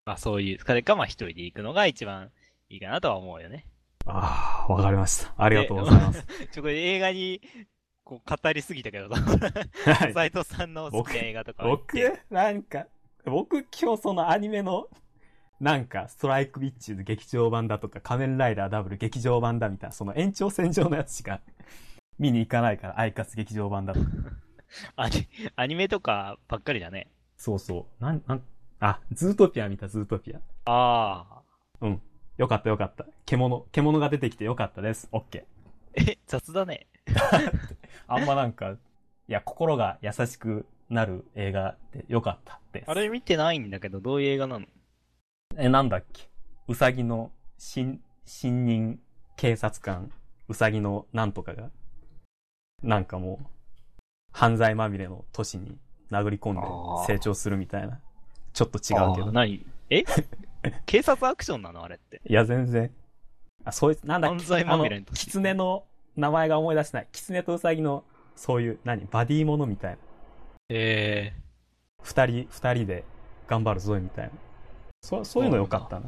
Speaker 2: まあそういう、それかまあ一人で行くのが一番いいかなとは思うよね。
Speaker 1: ああ、わかりました。ありがとうございます。
Speaker 2: ちょ、これ映画に、こう語りすぎたけどさ、
Speaker 1: はい。
Speaker 2: 斎藤さんの好きな映画とかを言っ
Speaker 1: 僕
Speaker 2: て。、
Speaker 1: なんか、僕今日そのアニメの、なんか、ストライクビッチ劇場版だとか、仮面ライダーダブル劇場版だみたいな、その延長線上のやつしか 見に行かないから、アイカツ劇場版だとか。
Speaker 2: アニアニメとかばっかりだね。
Speaker 1: そうそう。なん、なん、あ、ズートピア見た、ズートピア。
Speaker 2: ああ。
Speaker 1: よかったよかった。獣、獣が出てきてよかったです。オッケー。
Speaker 2: え、雑だね。
Speaker 1: あんまなんか、いや、心が優しくなる映画でよかったです。
Speaker 2: あれ見てないんだけど、どういう映画なの
Speaker 1: え、なんだっけうさぎの新、新任警察官、うさぎのなんとかが、なんかもう、犯罪まみれの都市に殴り込んで
Speaker 2: あー
Speaker 1: 成長するみたいな。ちょっと違うけ
Speaker 2: あー
Speaker 1: ど。
Speaker 2: 何 え警察アクションなのあれって。
Speaker 1: いや、全然。あ、そういう、なんだっ
Speaker 2: 犯
Speaker 1: け
Speaker 2: 罪まみれ
Speaker 1: あ
Speaker 2: の
Speaker 1: の
Speaker 2: 時
Speaker 1: キツネの名前が思い出せない。キツネとうさぎの、そういう、何バディものみたいな。
Speaker 2: え
Speaker 1: 二人、二人で頑張るぞいみたいな。そそういうのよかったな。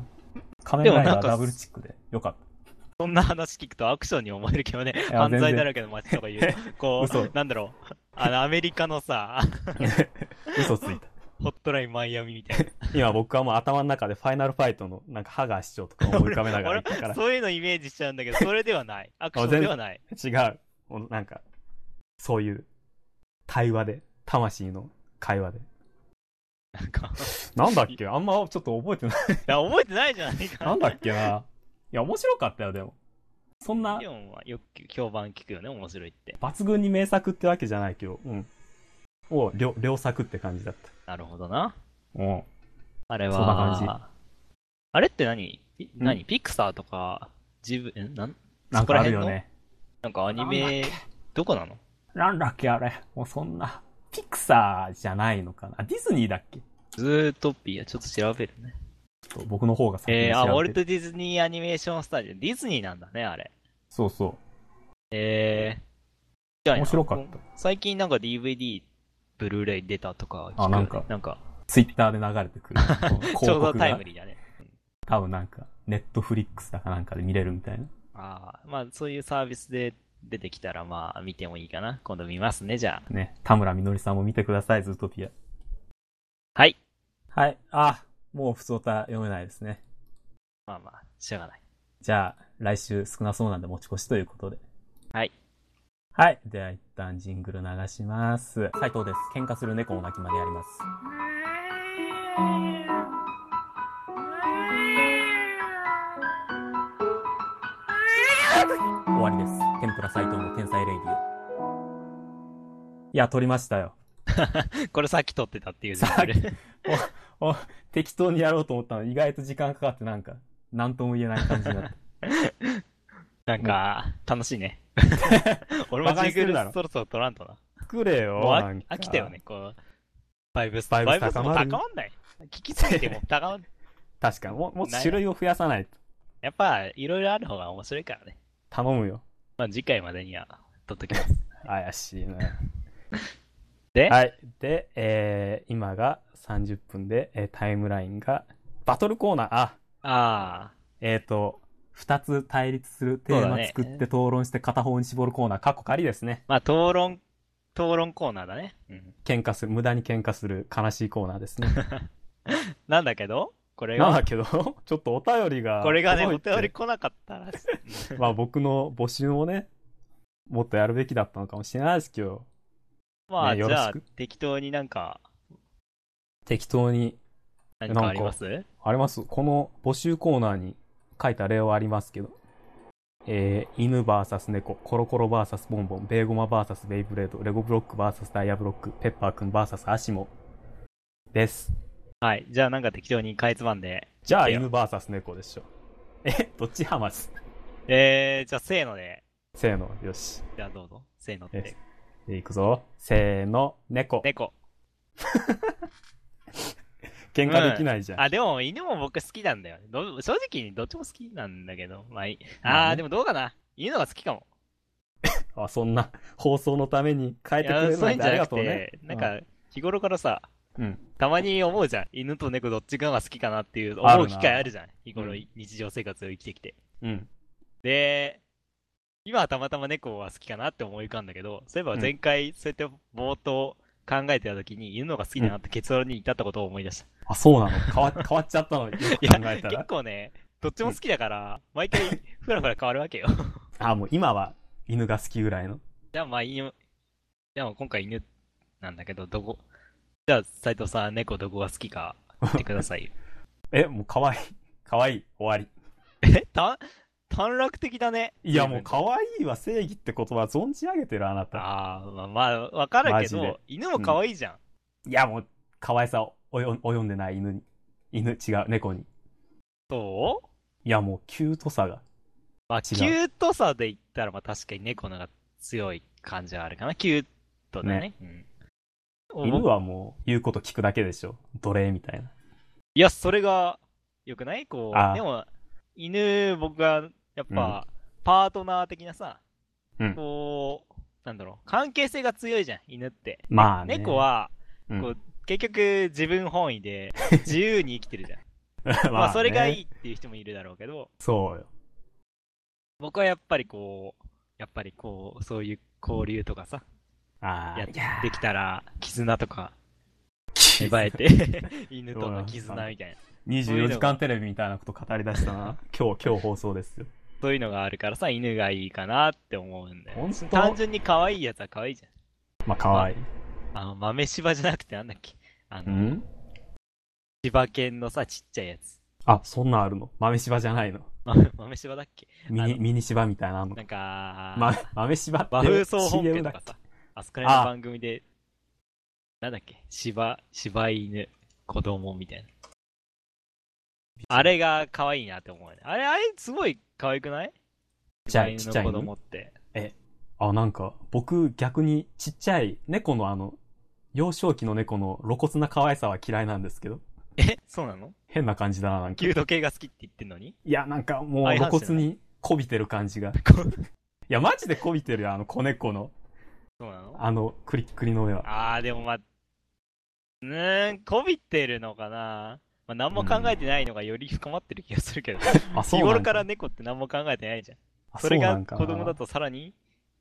Speaker 1: 仮
Speaker 2: で
Speaker 1: 面
Speaker 2: もな
Speaker 1: ラ
Speaker 2: ん
Speaker 1: イ
Speaker 2: か
Speaker 1: ダーダブルチックでよかった。
Speaker 2: ー、そんな話聞くとアクションに思えるけどね、
Speaker 1: や
Speaker 2: 犯罪だらけの街とか言 う。こ
Speaker 1: 嘘
Speaker 2: う、なんだろう。あの、アメリカのさ、
Speaker 1: 嘘ついた。
Speaker 2: ホットラインマイアミみたい
Speaker 1: 今僕はもう頭の中でファイナルファイトのなんかハガー市長とか思い浮かべな
Speaker 2: な。
Speaker 1: がら
Speaker 2: 俺
Speaker 1: 行ったから、
Speaker 2: そういうのイメージしちゃうんだけど、それでは ない。アクションではない。
Speaker 1: 違う。もうなんか、そういう対話で、魂の会話で。
Speaker 2: なんか、
Speaker 1: なんだっけあんまちょっと覚え てない。
Speaker 2: いや、覚えてないじゃないか。
Speaker 1: なんだっけな。いや、面白かったよ、でも。そん な
Speaker 2: でも、まあよく評判聞くよね、面白いって。
Speaker 1: 抜群に名作ってわけじゃないけど、うん。を両、両作って感じだった。
Speaker 2: なるほどな。
Speaker 1: うん。
Speaker 2: あれは、
Speaker 1: そんな感
Speaker 2: あれって何い
Speaker 1: うん
Speaker 2: 何ピクサーとか、自分、んなん
Speaker 1: なんかあるよね。
Speaker 2: なんかアニ
Speaker 1: なんだ
Speaker 2: メ、どこなの
Speaker 1: なんだっけあれ。もうそんな。ピクサーじゃないのかな。あディズニーだっけ
Speaker 2: ズートピア、ちょっと調べるね。
Speaker 1: ちょっと僕の方が先に
Speaker 2: えー、
Speaker 1: 調べて
Speaker 2: あ、ウォルト・ディズニー・アニメーション・スタジオ。ディズニーなんだね、あれ。
Speaker 1: そうそ
Speaker 2: えじゃあ
Speaker 1: 面白かった。
Speaker 2: 最近なんか DVD、ブルーレイ出たとか聞くよね、
Speaker 1: あなんか
Speaker 2: なんか、
Speaker 1: ツイッターで流れて くる。こう広
Speaker 2: ちょうど
Speaker 1: 告
Speaker 2: タイ
Speaker 1: が
Speaker 2: ムリーだね。
Speaker 1: 多分なんか、ネットフリックスだかなんかで見れるみたいな。
Speaker 2: ああ、まあそういうサービスで出てきたらまあ見てもいいかな。今度見ますね、じゃあ。
Speaker 1: ね、田村みのりさんも見てください、ズートピア。
Speaker 2: はい。
Speaker 1: はい。あ、もう普通歌読めないですね。
Speaker 2: まあまあ、しょうがない。
Speaker 1: じゃあ、来週少なそうなんで持ち越しということで。
Speaker 2: はい。
Speaker 1: はい。では一旦ジングル流します。斉藤です。喧嘩する猫の鳴き真似やります。終わりです。天ぷら斉藤の天才レイディオ。いや、撮りましたよ。
Speaker 2: これさっき撮ってたっていう
Speaker 1: さっき
Speaker 2: ジングル
Speaker 1: 適当にやろうと思ったのに意外と時間かかってなんか、なんとも言えない感じになった。
Speaker 2: なんか、楽し いね。俺
Speaker 1: 馬
Speaker 2: も
Speaker 1: 鹿に
Speaker 2: ジン
Speaker 1: して
Speaker 2: グ
Speaker 1: る
Speaker 2: ル
Speaker 1: だろ
Speaker 2: そろそろ撮らんとな。
Speaker 1: 作れよ
Speaker 2: もう飽き飽きたよ。ね、こう。バイブス、
Speaker 1: バイブス
Speaker 2: バイブス
Speaker 1: 高
Speaker 2: も
Speaker 1: まる
Speaker 2: 高まんない。聞きすぎても高まん
Speaker 1: 確かに。ももっと種類を増やさないと。
Speaker 2: やっぱ、いろいろある方が面白いからね。
Speaker 1: 頼むよ。
Speaker 2: まあ次回までには撮っときます。
Speaker 1: 怪しいね。
Speaker 2: で、
Speaker 1: はい。で、えー、今が30分で、えータイムラインが、バトルコーナー、あ、
Speaker 2: ああ、
Speaker 1: えっ、と、2つ対立するテ
Speaker 2: そ
Speaker 1: ー
Speaker 2: うだ
Speaker 1: マ
Speaker 2: ね
Speaker 1: 作って討論して片方に絞るコーナー、過去仮ですね。
Speaker 2: まあ討論、討論コーナーだね。うん。
Speaker 1: 喧嘩する、無駄に喧嘩する悲しいコーナーですね。
Speaker 2: なんだけど、これ
Speaker 1: なんだ
Speaker 2: が、
Speaker 1: けど、 ちょっとお便りが。
Speaker 2: これがね、お
Speaker 1: 届いて
Speaker 2: 便り来なかったらしい、
Speaker 1: まあ僕の募集をね、もっとやるべきだったのかもしれないですけど、
Speaker 2: まあ、
Speaker 1: ね
Speaker 2: じ
Speaker 1: よろ
Speaker 2: ゃ
Speaker 1: し
Speaker 2: あ
Speaker 1: く、
Speaker 2: 適当になんか、
Speaker 1: 適当に、
Speaker 2: 何かあります
Speaker 1: ありますこの募集コーナーに書いた例はありますけど、えー、犬 VS 猫、コロコロ VS ボンボン、ベーゴマ VS ベイブレード、レゴブロック VS ダイヤブロック、ペッパーくん VS アシモです。
Speaker 2: はい。じゃあ、なんか適当にかいつまんで。
Speaker 1: じゃあ
Speaker 2: いや
Speaker 1: 犬 VS 猫でしょ。え、どっちハマス
Speaker 2: えー、じゃあ、せーので。
Speaker 1: せーの、よし。
Speaker 2: じゃあ、どうぞ。せーのっ。
Speaker 1: よしていくぞ。せーの、猫。
Speaker 2: 猫。
Speaker 1: 喧嘩できないじゃん。
Speaker 2: あ、でも、犬も僕好きなんだよね。ど正直、どっちも好きなんだけど。まあいい。
Speaker 1: まあ
Speaker 2: あ
Speaker 1: ね
Speaker 2: ー、でもどうかな。犬のが好きかも。
Speaker 1: あ、そんな、放送のために変え
Speaker 2: い
Speaker 1: てくれ
Speaker 2: や、
Speaker 1: る
Speaker 2: そう
Speaker 1: ない
Speaker 2: うん
Speaker 1: て
Speaker 2: んじ
Speaker 1: あ
Speaker 2: ゃ
Speaker 1: り
Speaker 2: な
Speaker 1: が
Speaker 2: く
Speaker 1: とうね
Speaker 2: て。、なんか、日頃からさ、
Speaker 1: うん、
Speaker 2: たまに思うじゃん。犬と猫どっちが好きかなってい
Speaker 1: あ
Speaker 2: う、
Speaker 1: るな
Speaker 2: 思う機会あるじゃん。日頃、
Speaker 1: うん
Speaker 2: 日常生活を生きてきて。
Speaker 1: うん。
Speaker 2: で、今はたまたま猫は好きかなって思い浮かんだけど、そういえば前回、そうやって冒頭考えてた時に、犬のが好きだなって結論に至ったことを思い出した。
Speaker 1: あ、そうなの変わ変わっちゃったのよく考
Speaker 2: いや、
Speaker 1: えた
Speaker 2: 結
Speaker 1: ら。
Speaker 2: 構ね、どっちも好きだから、毎回、ふらふら変わるわけよ。
Speaker 1: あ、もう今は犬が好きぐらいの。
Speaker 2: じゃあまあ犬、じゃあ今回犬なんだけど、どこ、じゃあ斉藤さん、猫どこが好きか言ってくだ さいよ。
Speaker 1: え、もう可愛い。 可愛い。終わり。
Speaker 2: え、短、短絡的だね。
Speaker 1: いや、もう可愛いは正義って言葉存じ上げてる、あなた。
Speaker 2: ああ、まあ、まあ、わかる
Speaker 1: マ
Speaker 2: け
Speaker 1: ジで
Speaker 2: ど、犬も可愛いじゃん。
Speaker 1: いや、もう可愛さを及ん及んでない犬に。犬、違う、猫に。
Speaker 2: そう
Speaker 1: いや、もうキュートさが。
Speaker 2: まあ、
Speaker 1: 違う
Speaker 2: キュートさで言ったら、まあ確かに猫の方が強い感じはあるかな。キュートだね。うん。
Speaker 1: 犬
Speaker 2: お
Speaker 1: はもう言うこと聞くだけでしょ。奴隷みたいな。
Speaker 2: いや、それが、よくないこ
Speaker 1: あー
Speaker 2: う、でも、犬、僕が、やっぱ、パートナー的なさ、
Speaker 1: うん
Speaker 2: こう、なんだろう、関係性が強いじゃん、犬って。
Speaker 1: まあね。
Speaker 2: 猫、は、
Speaker 1: うん
Speaker 2: こう、結局、自分本位で、自由に生きてるじゃん。
Speaker 1: まあね
Speaker 2: まあ、それがいい。っていう人もいるだろうけど、
Speaker 1: そうよ。
Speaker 2: 僕はやっぱりこう、やっぱりこう、そういう交流とかさ、
Speaker 1: ああ。
Speaker 2: やっ
Speaker 1: いや
Speaker 2: できたら、絆とか、
Speaker 1: ー
Speaker 2: 芽生 えて、犬との絆みたいな。
Speaker 1: 24時間テレビみたいなこと語り出したな。今日、今日 放送ですよ。
Speaker 2: そういうのがあるからさ、犬がいいかなって思うんだよ
Speaker 1: ほんと。
Speaker 2: 単純に可愛いやつは可愛いじ
Speaker 1: まあ、可愛い。
Speaker 2: ゃん。あの、豆柴じゃなくてなんだっけあ
Speaker 1: う
Speaker 2: の、
Speaker 1: ん
Speaker 2: 柴犬のさ、ちっちゃいやつ。
Speaker 1: あ、そんなんあるの豆柴じゃないの。
Speaker 2: ま豆柴だっけ
Speaker 1: ミ
Speaker 2: あ
Speaker 1: ニ、
Speaker 2: の
Speaker 1: ミニ柴みたいなのあんの
Speaker 2: なんか、
Speaker 1: ま、豆柴って
Speaker 2: 和風総本
Speaker 1: CM
Speaker 2: 家
Speaker 1: だ
Speaker 2: と
Speaker 1: っ
Speaker 2: か
Speaker 1: け
Speaker 2: さ、あそこら辺の番組で、なんだっけ柴、柴犬、子供みたいな。あれが可愛いなって思うね。あれ、あれ、すごい可愛くない
Speaker 1: ちゃ
Speaker 2: 柴
Speaker 1: い
Speaker 2: 犬
Speaker 1: ちっちゃ
Speaker 2: の
Speaker 1: い犬
Speaker 2: 子供って。
Speaker 1: あ、なんか、僕逆にちっちゃい猫のあの、幼少期の猫の露骨な可愛さは嫌いなんですけど、
Speaker 2: え、そうなの
Speaker 1: 変な感じだな、なんか。
Speaker 2: キュート系が好きって言ってん のに
Speaker 1: いや、なんかもう露
Speaker 2: 相反して
Speaker 1: 骨にこびてる感じが。いや、マジでこびてるよ、あの子猫の。
Speaker 2: そうなの
Speaker 1: あの、クリックリの上は。
Speaker 2: あー、でもまあ、うーん、こびってるのかな。まあ、何も考えてないのがより深まってる気がするけど、
Speaker 1: あ、 そう
Speaker 2: 日
Speaker 1: なんだ
Speaker 2: 頃から猫って何も考えてないじゃん。
Speaker 1: あ
Speaker 2: それ
Speaker 1: う
Speaker 2: が
Speaker 1: なん
Speaker 2: 子
Speaker 1: か
Speaker 2: 供だとさらに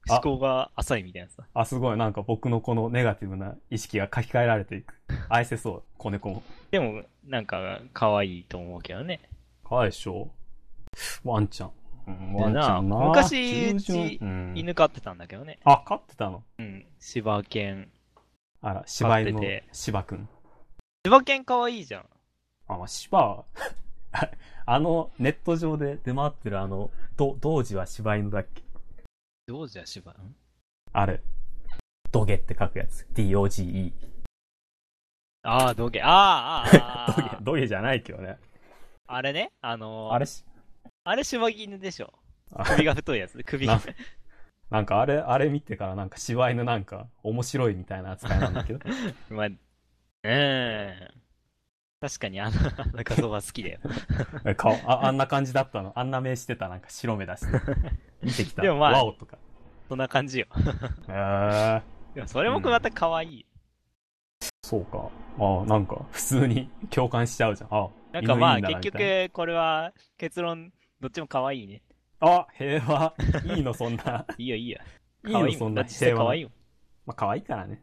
Speaker 2: 思考が浅いみたいなさ。
Speaker 1: あ、すごい。なんか僕のこのネガティブな意識が書き換えられていく。愛せそう、子猫も。
Speaker 2: でも、なんか、可愛いと思うけどね。
Speaker 1: かわいいでしょワンちゃん。うん、
Speaker 2: で
Speaker 1: ワンちゃんな。
Speaker 2: な昔
Speaker 1: 従順
Speaker 2: うち
Speaker 1: うん
Speaker 2: 犬飼ってたんだけどね。
Speaker 1: あ、飼ってたの
Speaker 2: うん。柴犬。
Speaker 1: あら、柴犬の
Speaker 2: 飼ってて
Speaker 1: 柴くん。
Speaker 2: 柴犬可愛いじゃん。
Speaker 1: あ、まあ、柴は あの、ネット上で出回ってるあの、ど、同時は柴犬だっけ
Speaker 2: どうじゃ柴犬
Speaker 1: あれ。ドゲって書くやつ。D-O-G-E。
Speaker 2: ああ、土下。あ ーあ
Speaker 1: ドゲ
Speaker 2: ー、あーあー、
Speaker 1: ドゲじゃないけどね。
Speaker 2: あれね。あのー、
Speaker 1: あれし、
Speaker 2: あれ柴犬でしょ。
Speaker 1: あ
Speaker 2: 首が太いやつ。首が
Speaker 1: な。なんかあれ、あれ見てからなんか柴犬なんか面白いみたいな扱いなん だけど。
Speaker 2: まあ、うーん。確かにあの、 あの画像は好きだよ。
Speaker 1: え顔ああんな感じだったのあんな目してたなんか白目だ し見てきた
Speaker 2: でもまあ
Speaker 1: ワオとか
Speaker 2: そんな感じよ。
Speaker 1: へえ
Speaker 2: でもそれもまた可愛い。
Speaker 1: そうかああなんか普通に共感しちゃうじゃんあ
Speaker 2: なんかまあ、
Speaker 1: 犬いいんだな
Speaker 2: 結
Speaker 1: みた
Speaker 2: 局、これは結論、どっちも可愛いね。
Speaker 1: あ平和いいのそんな
Speaker 2: いいよいいよ。
Speaker 1: いい
Speaker 2: 可
Speaker 1: の
Speaker 2: 愛いも
Speaker 1: そん
Speaker 2: だ
Speaker 1: な
Speaker 2: って
Speaker 1: 平和
Speaker 2: 可
Speaker 1: な
Speaker 2: 愛いもん。
Speaker 1: まあ可愛いからね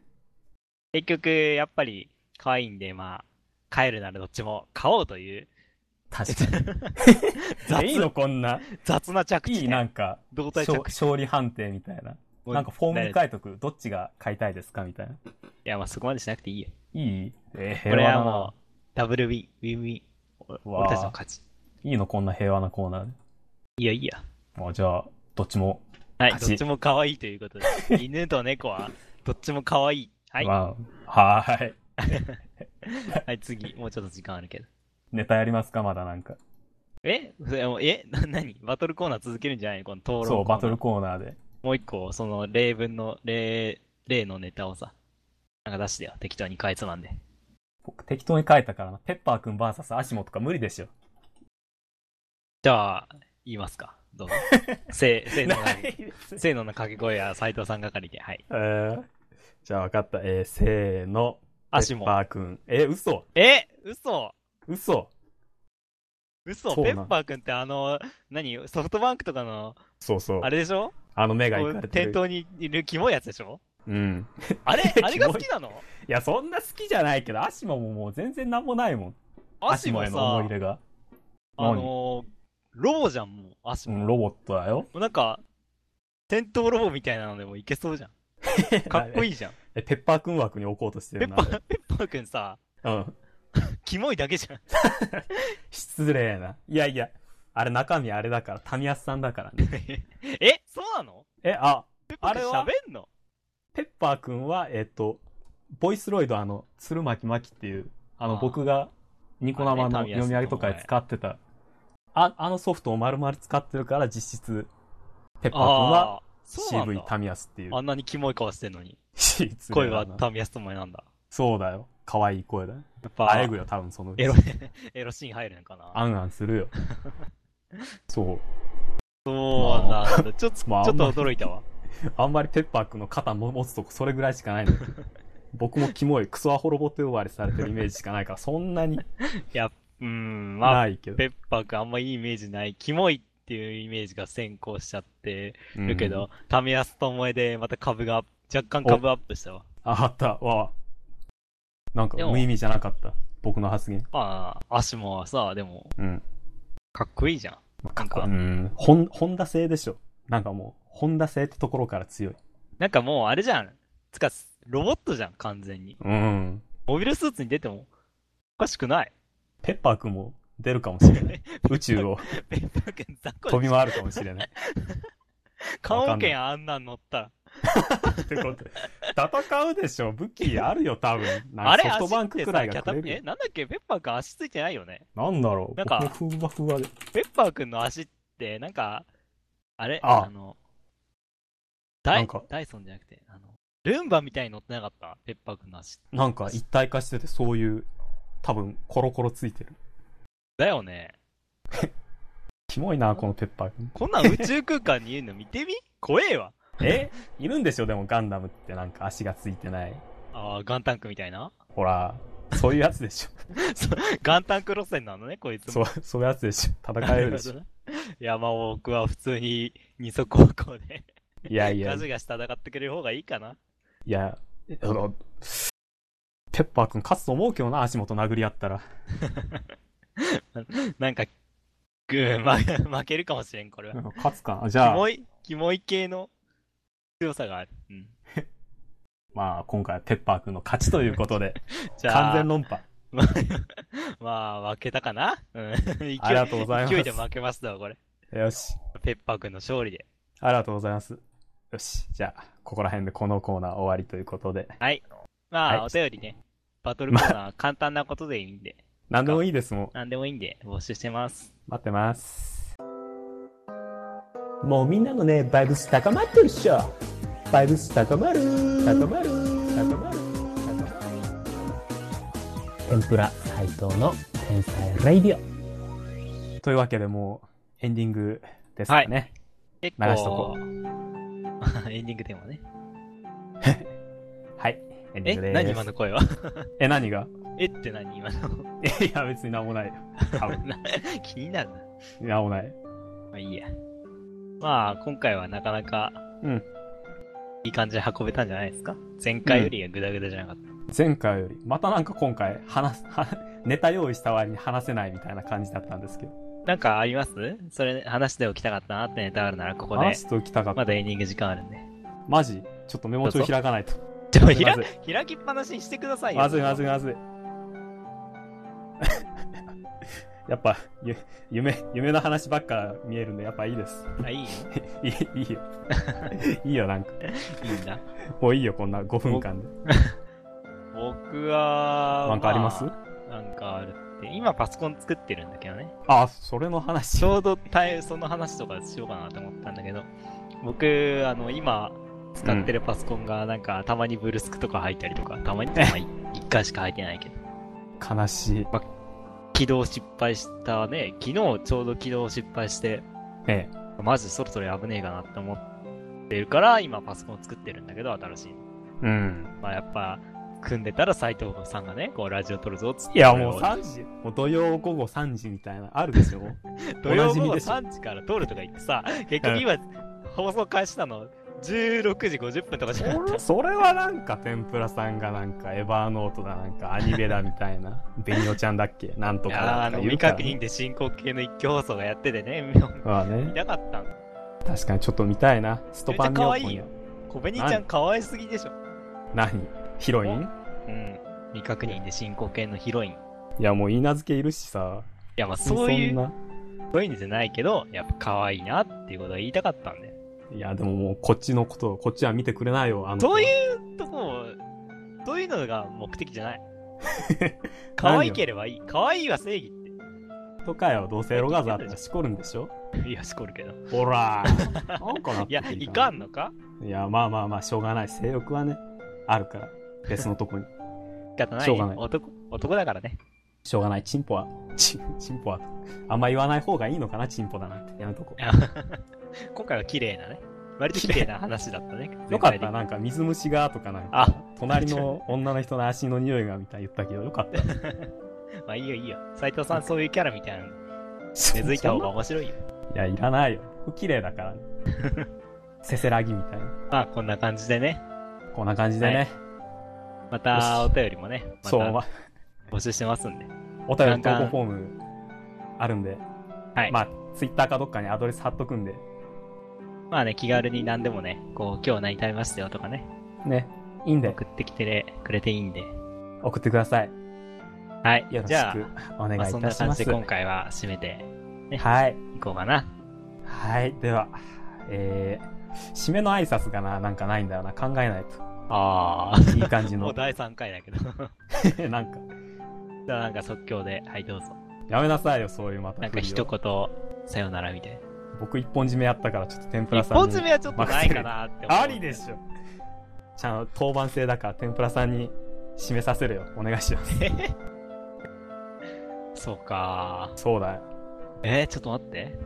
Speaker 2: 結局、やっぱり可愛いんで、まあ、帰るならどっちも買おうという
Speaker 1: 確 か
Speaker 2: 雑
Speaker 1: にいいのこんな
Speaker 2: 雑な着地、ね。
Speaker 1: いいなんか
Speaker 2: 胴体着
Speaker 1: 勝
Speaker 2: 地。
Speaker 1: 勝利判定みたいななんかフォームに
Speaker 2: い
Speaker 1: 書いとくどっちが買いたいですかみたいな
Speaker 2: や、まあそこまでしなくていいよ。
Speaker 1: いいえー
Speaker 2: こ
Speaker 1: 平
Speaker 2: れ
Speaker 1: 和
Speaker 2: は
Speaker 1: だ
Speaker 2: も
Speaker 1: な
Speaker 2: う、ダブルウィン、ウィンウィン。
Speaker 1: う
Speaker 2: 俺たちの
Speaker 1: わあ
Speaker 2: 勝ち。
Speaker 1: いいのこんな平和なコーナーで
Speaker 2: いいよいいよ。
Speaker 1: まあじゃあどっちも
Speaker 2: はい、
Speaker 1: 勝
Speaker 2: どっ
Speaker 1: ち
Speaker 2: ちも可愛いということ で。犬と猫は、どっちも可愛い。はい、
Speaker 1: まあはーい
Speaker 2: はい、次。もうちょっと時間あるけど。
Speaker 1: ネタやりますかまだなんか。
Speaker 2: えそれもえ な何バトルコーナー続けるんじゃないこの討論コーナー。
Speaker 1: そう、バトルコーナーで。
Speaker 2: もう一個、その例文の、例、例のネタをさ、なんか出してよ。適当にかいつまんで。
Speaker 1: 僕適当に書いたからな。ペッパーくん VS アシモとか無理でしょ。
Speaker 2: じゃあ、言いますか。ど うぞ。せ、せーの、
Speaker 1: です。
Speaker 2: せーのの掛け声や斎藤さん係で、はい。
Speaker 1: えーじゃあ分かった。えー、せーの。
Speaker 2: アシ
Speaker 1: ペ
Speaker 2: モ
Speaker 1: ッパーくん。えー、嘘
Speaker 2: え嘘
Speaker 1: 嘘
Speaker 2: 嘘
Speaker 1: そう
Speaker 2: ペ
Speaker 1: なの
Speaker 2: ッパーくんってあの、何ソフトバンクとかの、
Speaker 1: そうそう。
Speaker 2: あ
Speaker 1: あ
Speaker 2: れでしょ
Speaker 1: の目が
Speaker 2: こ
Speaker 1: いか
Speaker 2: う
Speaker 1: れて
Speaker 2: 店
Speaker 1: る。
Speaker 2: 頭にいるキモいやつでしょ
Speaker 1: うん。
Speaker 2: あれあれが好
Speaker 1: キ
Speaker 2: きなの
Speaker 1: いや、そんな好きじゃないけど、アシモももう全然なんもないもん。
Speaker 2: アシ
Speaker 1: シ
Speaker 2: モ
Speaker 1: モへの思い入
Speaker 2: さ、
Speaker 1: れが。
Speaker 2: あのー、ロボじゃん、もう、アシ
Speaker 1: う
Speaker 2: モ。
Speaker 1: ん、ロボットだ よ。
Speaker 2: もうなんか、戦闘ロボみたいなのでもいけ そうじゃん。かっこいいじゃん。
Speaker 1: え、ペッパーくん枠に置こうとして
Speaker 2: ペ
Speaker 1: るな
Speaker 2: ッパ。ー、 ペッパーくんさ、
Speaker 1: うん。
Speaker 2: キモいだけじゃん。
Speaker 1: 失礼な。いやいや。あれ中身あれだから、タミヤスさんだからね。
Speaker 2: えそうなの
Speaker 1: え、あ、
Speaker 2: ペッパーくん
Speaker 1: あれは
Speaker 2: 喋んの
Speaker 1: ペッパーくんは、えっ、と、ボイスロイド、あの、鶴巻巻っていう、あの、
Speaker 2: あー
Speaker 1: 僕がニコ生の
Speaker 2: あれね
Speaker 1: 読み上げとかで使ってた、ああのソフトを丸々使ってるから、実質、ペッパーくんは
Speaker 2: あー、そうなん
Speaker 1: CV
Speaker 2: だ
Speaker 1: タミヤスっていう
Speaker 2: あ。んなにキモい顔してんのに。
Speaker 1: 失
Speaker 2: 声
Speaker 1: 礼だ
Speaker 2: は
Speaker 1: な
Speaker 2: タミヤスともなんだ。
Speaker 1: そうだよ。可愛い声だよ。
Speaker 2: やっぱ、
Speaker 1: あえ
Speaker 2: エ
Speaker 1: ぐよ、多分その。
Speaker 2: ロ、 エロシーン入るのかな
Speaker 1: あんあんす るよ。そう。
Speaker 2: そうなんだ。ちょっと、
Speaker 1: まあ
Speaker 2: ちょっと驚いたわ。
Speaker 1: あんまりペッパーくんの肩も持つとこ、それぐらいしか ないの。僕もキモい、クソアホロボと呼ばれされてるイメージしかないから、そんなに
Speaker 2: うーん、まあ、
Speaker 1: ないけど。
Speaker 2: ペッパーくんあんまいいイメージない。キモいっていうイメージが先行しちゃってるけ
Speaker 1: うん
Speaker 2: ど、タミヤスともえでまた株が、若干株アップしたわ。
Speaker 1: ああった、わあ。なんか
Speaker 2: でも
Speaker 1: 無意味じゃなかった。僕の発言。
Speaker 2: まあ、アシモはさ、でも、
Speaker 1: うん。
Speaker 2: かっこいいじゃん。なん
Speaker 1: う
Speaker 2: か、
Speaker 1: ん。ほん、ホンダ製でしょ。なんかもう、ホンダ製ってところから強い。
Speaker 2: なんかもうあれじゃん。つか、ロボットじゃん、完全に。
Speaker 1: うん。
Speaker 2: モビルスーツに出ても、おかしくない。
Speaker 1: ペッパーくんも出るかもしれ ない。宇宙を
Speaker 2: ペッパーくん、雑魚
Speaker 1: 飛び回るかもしれない。
Speaker 2: 顔
Speaker 1: わかんない
Speaker 2: 剣あんなん乗ったら。
Speaker 1: ってことで戦うでしょ。武器あるよ、多分。なんか
Speaker 2: あれ
Speaker 1: ソフトバンクくらいがくれる
Speaker 2: 足ってさキャタ
Speaker 1: よ
Speaker 2: え、。なんだっけペッパーくん足ついてないよね。
Speaker 1: なんだろう。
Speaker 2: なんか
Speaker 1: 僕もふわふわで。
Speaker 2: ペッパーくんの足って、なんか、あれ
Speaker 1: あ
Speaker 2: あの、ダ
Speaker 1: な
Speaker 2: イ
Speaker 1: んか
Speaker 2: ダイソンじゃなくて、あの、ルンバみたいに乗ってなかったペッパーくんの足。
Speaker 1: なんか一体化してて、そういう、多分、コロコロついてる。
Speaker 2: だよね。
Speaker 1: キモいな、このペッパーくん。
Speaker 2: こんなん宇宙空間にいるの見てみ 怖えわ。
Speaker 1: えいるんでしょでもガンダムってなんか足がついてない。
Speaker 2: ああ、ガンタンクみたいな
Speaker 1: ほら、そういうやつで し
Speaker 2: ガンタンク路線なのね、こいつ
Speaker 1: ょ。
Speaker 2: も。
Speaker 1: そう、そういうやつでしょ戦えるでしょ
Speaker 2: なるほどねいや、まあ僕は普通に二足歩行で、
Speaker 1: いやいや
Speaker 2: ガ、ジガシ戦ってくれる方がいいかな。
Speaker 1: いや、あの、ペッパーくん勝つと思うけどな、足元殴り合ったら。
Speaker 2: なんか、ぐー、ま、 負けるかもしれん、これは。
Speaker 1: 勝つかな。じ
Speaker 2: キ
Speaker 1: ゃあ
Speaker 2: モ、い、キモい系の強さがある。うん。
Speaker 1: まあ今回はペッパーくんの勝ちということ で、
Speaker 2: じゃあ、
Speaker 1: 完全論破。
Speaker 2: まあ、まあ、負けたかな うん。勢い
Speaker 1: ありがとうございます
Speaker 2: 勢いで負けましたわ、これ。
Speaker 1: よし。
Speaker 2: ペッパーくんの勝利で。
Speaker 1: ありがとうございます。よし。じゃあ、ここら辺でこのコーナー終わりということで。
Speaker 2: まあ、
Speaker 1: はい
Speaker 2: お便りね。バトルコーナー、簡単なことでいいんで、
Speaker 1: 何でもいいですもん。
Speaker 2: なんでもいいんで、募集してます。
Speaker 1: 待ってます。もうみんなのね、バイブス高まってるっしょ。バイブス高まる高まる高まる
Speaker 3: 天ぷら斎藤の天才レイディオ
Speaker 1: というわけでもう、エンディングです
Speaker 2: は
Speaker 1: か
Speaker 2: い
Speaker 1: ね。
Speaker 2: 結
Speaker 1: 流しとこ
Speaker 2: 構、 エンディングテーマね。
Speaker 1: はい。エンディ
Speaker 2: え
Speaker 1: ングです。
Speaker 2: 何今の声は
Speaker 1: え、何が
Speaker 2: えって何今の
Speaker 1: いや、別に何もないよ。多分。
Speaker 2: 気になるな。
Speaker 1: 何もない。
Speaker 2: まあいいや。まあ、今回はなかなか、
Speaker 1: うん。
Speaker 2: いい感じで運べたんじゃないですか前回よりはグダグダじゃなかった。
Speaker 1: 前回より、またなんか今回、話す、 はネタ用意した割に話せないみたいな感じだったんですけど。
Speaker 2: なんかありますそれ、話しておきたかったなってネタあるなら、ここで
Speaker 1: 話、しておきたかった。
Speaker 2: まだエンディング時間あるんで。
Speaker 1: マジちょっとメモ帳
Speaker 2: どうぞ
Speaker 1: 開かないと。
Speaker 2: ちょ、
Speaker 1: まずい
Speaker 2: 開開きっぱなしにしてくださいよ。
Speaker 1: まずいまず
Speaker 2: い。
Speaker 1: いまずい。 やっぱ、ゆ夢、夢の話ばっか見えるんで、やっぱいいです。
Speaker 2: あ、いいよ。
Speaker 1: いい、い いよ。いいよ、なんか。
Speaker 2: いいんだ。
Speaker 1: もういいよ、こんな5分間で。
Speaker 2: 僕は、
Speaker 1: なんかあります、
Speaker 2: あなんかあるって。今パソコン作ってるんだけど ね。
Speaker 1: あ、それの話。
Speaker 2: ちょうどタイその話とかしようかなと思ったんだけど、僕、あの、今、使ってるパソコンが、なんか、たまにブルスクとか入ったりとか、たまに、まあ、い一回しか入ってないけど、
Speaker 1: 悲しい。
Speaker 2: 起動失敗したね、昨日ちょうど起動失敗して、
Speaker 1: ええ。
Speaker 2: マジそろそろ危ねえかなって思ってるから、今パソコン作ってるんだけど、新しいの。
Speaker 1: うん。
Speaker 2: まあ、やっぱ、組んでたら斎藤さんがね、こう、ラジオ撮るぞっつって。
Speaker 1: いや、もう
Speaker 2: これを
Speaker 1: 3時。もう土曜午後3時みたいな、あるでしょ
Speaker 2: 土曜
Speaker 1: おなじ
Speaker 2: 午
Speaker 1: み
Speaker 2: 後
Speaker 1: でしょ
Speaker 2: 3時から撮るとか言ってさ、結局今、放送開始したの、16時50分とかじゃなかっ た
Speaker 1: それはなんか、天ぷらさんがなんか、エヴァーノートだ、なんか、アニメだみたいな。ベニオちゃんだっけなんと
Speaker 2: い
Speaker 1: か
Speaker 2: やー
Speaker 1: だ
Speaker 2: あ
Speaker 1: とか
Speaker 2: の未
Speaker 1: うから
Speaker 2: 確
Speaker 1: ね
Speaker 2: 認で進行形の一挙放送がやっててね、見
Speaker 1: まあね。
Speaker 2: なかったの。
Speaker 1: 確かにちょっと見たいな。ストパンニョッポン
Speaker 2: めっちゃ可愛い
Speaker 1: よ
Speaker 2: よ。小紅ちゃん可愛すぎでしょ。
Speaker 1: 何ヒロイン
Speaker 2: うん。未確認で進行形のヒロイン。い
Speaker 1: いやもう稲付けいるしさ。
Speaker 2: や、まあそうい
Speaker 1: ん
Speaker 2: う、
Speaker 1: な。
Speaker 2: そういうんじゃないけど、やっぱ可愛いなっていうことは言いたかったんで。
Speaker 1: いやでももうこっちのことをこっちは見てくれないよ。あの子
Speaker 2: そういうとこを、そういうのが目的 じゃない。可愛ければいい。可愛いは正義っ
Speaker 1: とかよ。どうせエロ画像あったらしこるんでしょ
Speaker 2: て。いや、しこるけど。
Speaker 1: ほら ー。なんかなっ
Speaker 2: い
Speaker 1: て
Speaker 2: や、
Speaker 1: くる
Speaker 2: いかんのか
Speaker 1: いやまあまあまあしょうがない。性欲はね、あるから。別のとこに。
Speaker 2: 仕方ない
Speaker 1: しょうがない
Speaker 2: 男、男だからね。
Speaker 1: しょうがない。チンポは。チン、チンポは。あんま言わない方がいいのかな、チンポだなんて。やめとこう。
Speaker 2: 今回は綺麗なね。割と綺麗な話 だったね。
Speaker 1: よかった。なんか水虫がとかなんか、
Speaker 2: あ、
Speaker 1: 隣の女の人の足の匂いがみたいに言ったけど、よかった。
Speaker 2: まあいいよいいよ。斎藤さんそういうキャラみたいなの根付いた方が面白いよ。
Speaker 1: いや、いらないよ。綺麗だから、ね。 せせらぎみたいな。
Speaker 2: まあこんな感じでね。
Speaker 1: こんな感じでね。
Speaker 2: はいまたお便りもね、ま
Speaker 1: そう、
Speaker 2: た
Speaker 1: ま、
Speaker 2: 募集してますんで。
Speaker 1: お便り投稿フォームあるんで。
Speaker 2: はい
Speaker 1: まあ、ツイッターかどっかにアドレス貼っとくんで。
Speaker 2: まあね、気軽に何でもね、こう今日何食べましたよとかね、
Speaker 1: ね。いいんで、
Speaker 2: 送ってきてくれていいんで。
Speaker 1: 送ってください。
Speaker 2: はい。
Speaker 1: よろ
Speaker 2: じ
Speaker 1: し
Speaker 2: ゃ
Speaker 1: くお
Speaker 2: あ、
Speaker 1: 願
Speaker 2: まあ
Speaker 1: いい
Speaker 2: そん
Speaker 1: た
Speaker 2: な
Speaker 1: し
Speaker 2: 感
Speaker 1: ま
Speaker 2: じ
Speaker 1: す。
Speaker 2: で今回は締めてね
Speaker 1: はい。
Speaker 2: いこうかな。
Speaker 1: はい。では、えー、締めの挨拶がな、なんかないんだよな。考えない
Speaker 2: あ
Speaker 1: と。いい感じ
Speaker 2: あ。 も
Speaker 1: の
Speaker 2: う。第3回だけど。 じ
Speaker 1: なんか、
Speaker 2: ゃあなんか即興で、はいどうぞ。
Speaker 1: やめなさいよ、そういうまた
Speaker 2: なん
Speaker 1: 振
Speaker 2: か
Speaker 1: りを
Speaker 2: 一言、さよならみたい
Speaker 1: 僕一本締めやったから、ちょっと天ぷ
Speaker 2: な。
Speaker 1: ら
Speaker 2: 一
Speaker 1: さんに。
Speaker 2: 本締めはちょっとないかなって思う。
Speaker 1: ありでしょ。ちゃんと当番制だから、天ぷらさんに締めさせるよ。お願いします。
Speaker 2: そうか
Speaker 1: そうだよ。
Speaker 2: えー、ちょっと待って。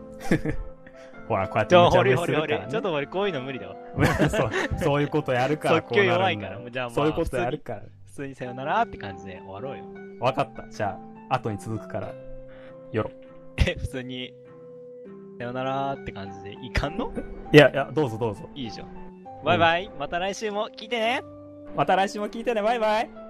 Speaker 1: ほら、こうやっ
Speaker 2: ち
Speaker 1: て
Speaker 2: ょ、
Speaker 1: 無茶ぶ
Speaker 2: ほり
Speaker 1: り
Speaker 2: ほ
Speaker 1: す
Speaker 2: り
Speaker 1: る
Speaker 2: ほ
Speaker 1: か
Speaker 2: り
Speaker 1: ら、。
Speaker 2: ちょっと俺こういうの無理だわ。
Speaker 1: そう、そういうことやるから、
Speaker 2: 即興弱い
Speaker 1: こう
Speaker 2: か
Speaker 1: なる
Speaker 2: ら。
Speaker 1: んだ
Speaker 2: じゃあまあ、
Speaker 1: そういうことやるから。
Speaker 2: 普通にさよならって感じで終わろうよ。
Speaker 1: わかった。じゃあ、後に続くから。よろ。
Speaker 2: え、普通に、さよならって感じでいかんの
Speaker 1: いやいや、どうぞどうぞ。
Speaker 2: いいじゃん。バイバイ、また来週も聞いてね
Speaker 1: また来週も聞いてね。バイバイ。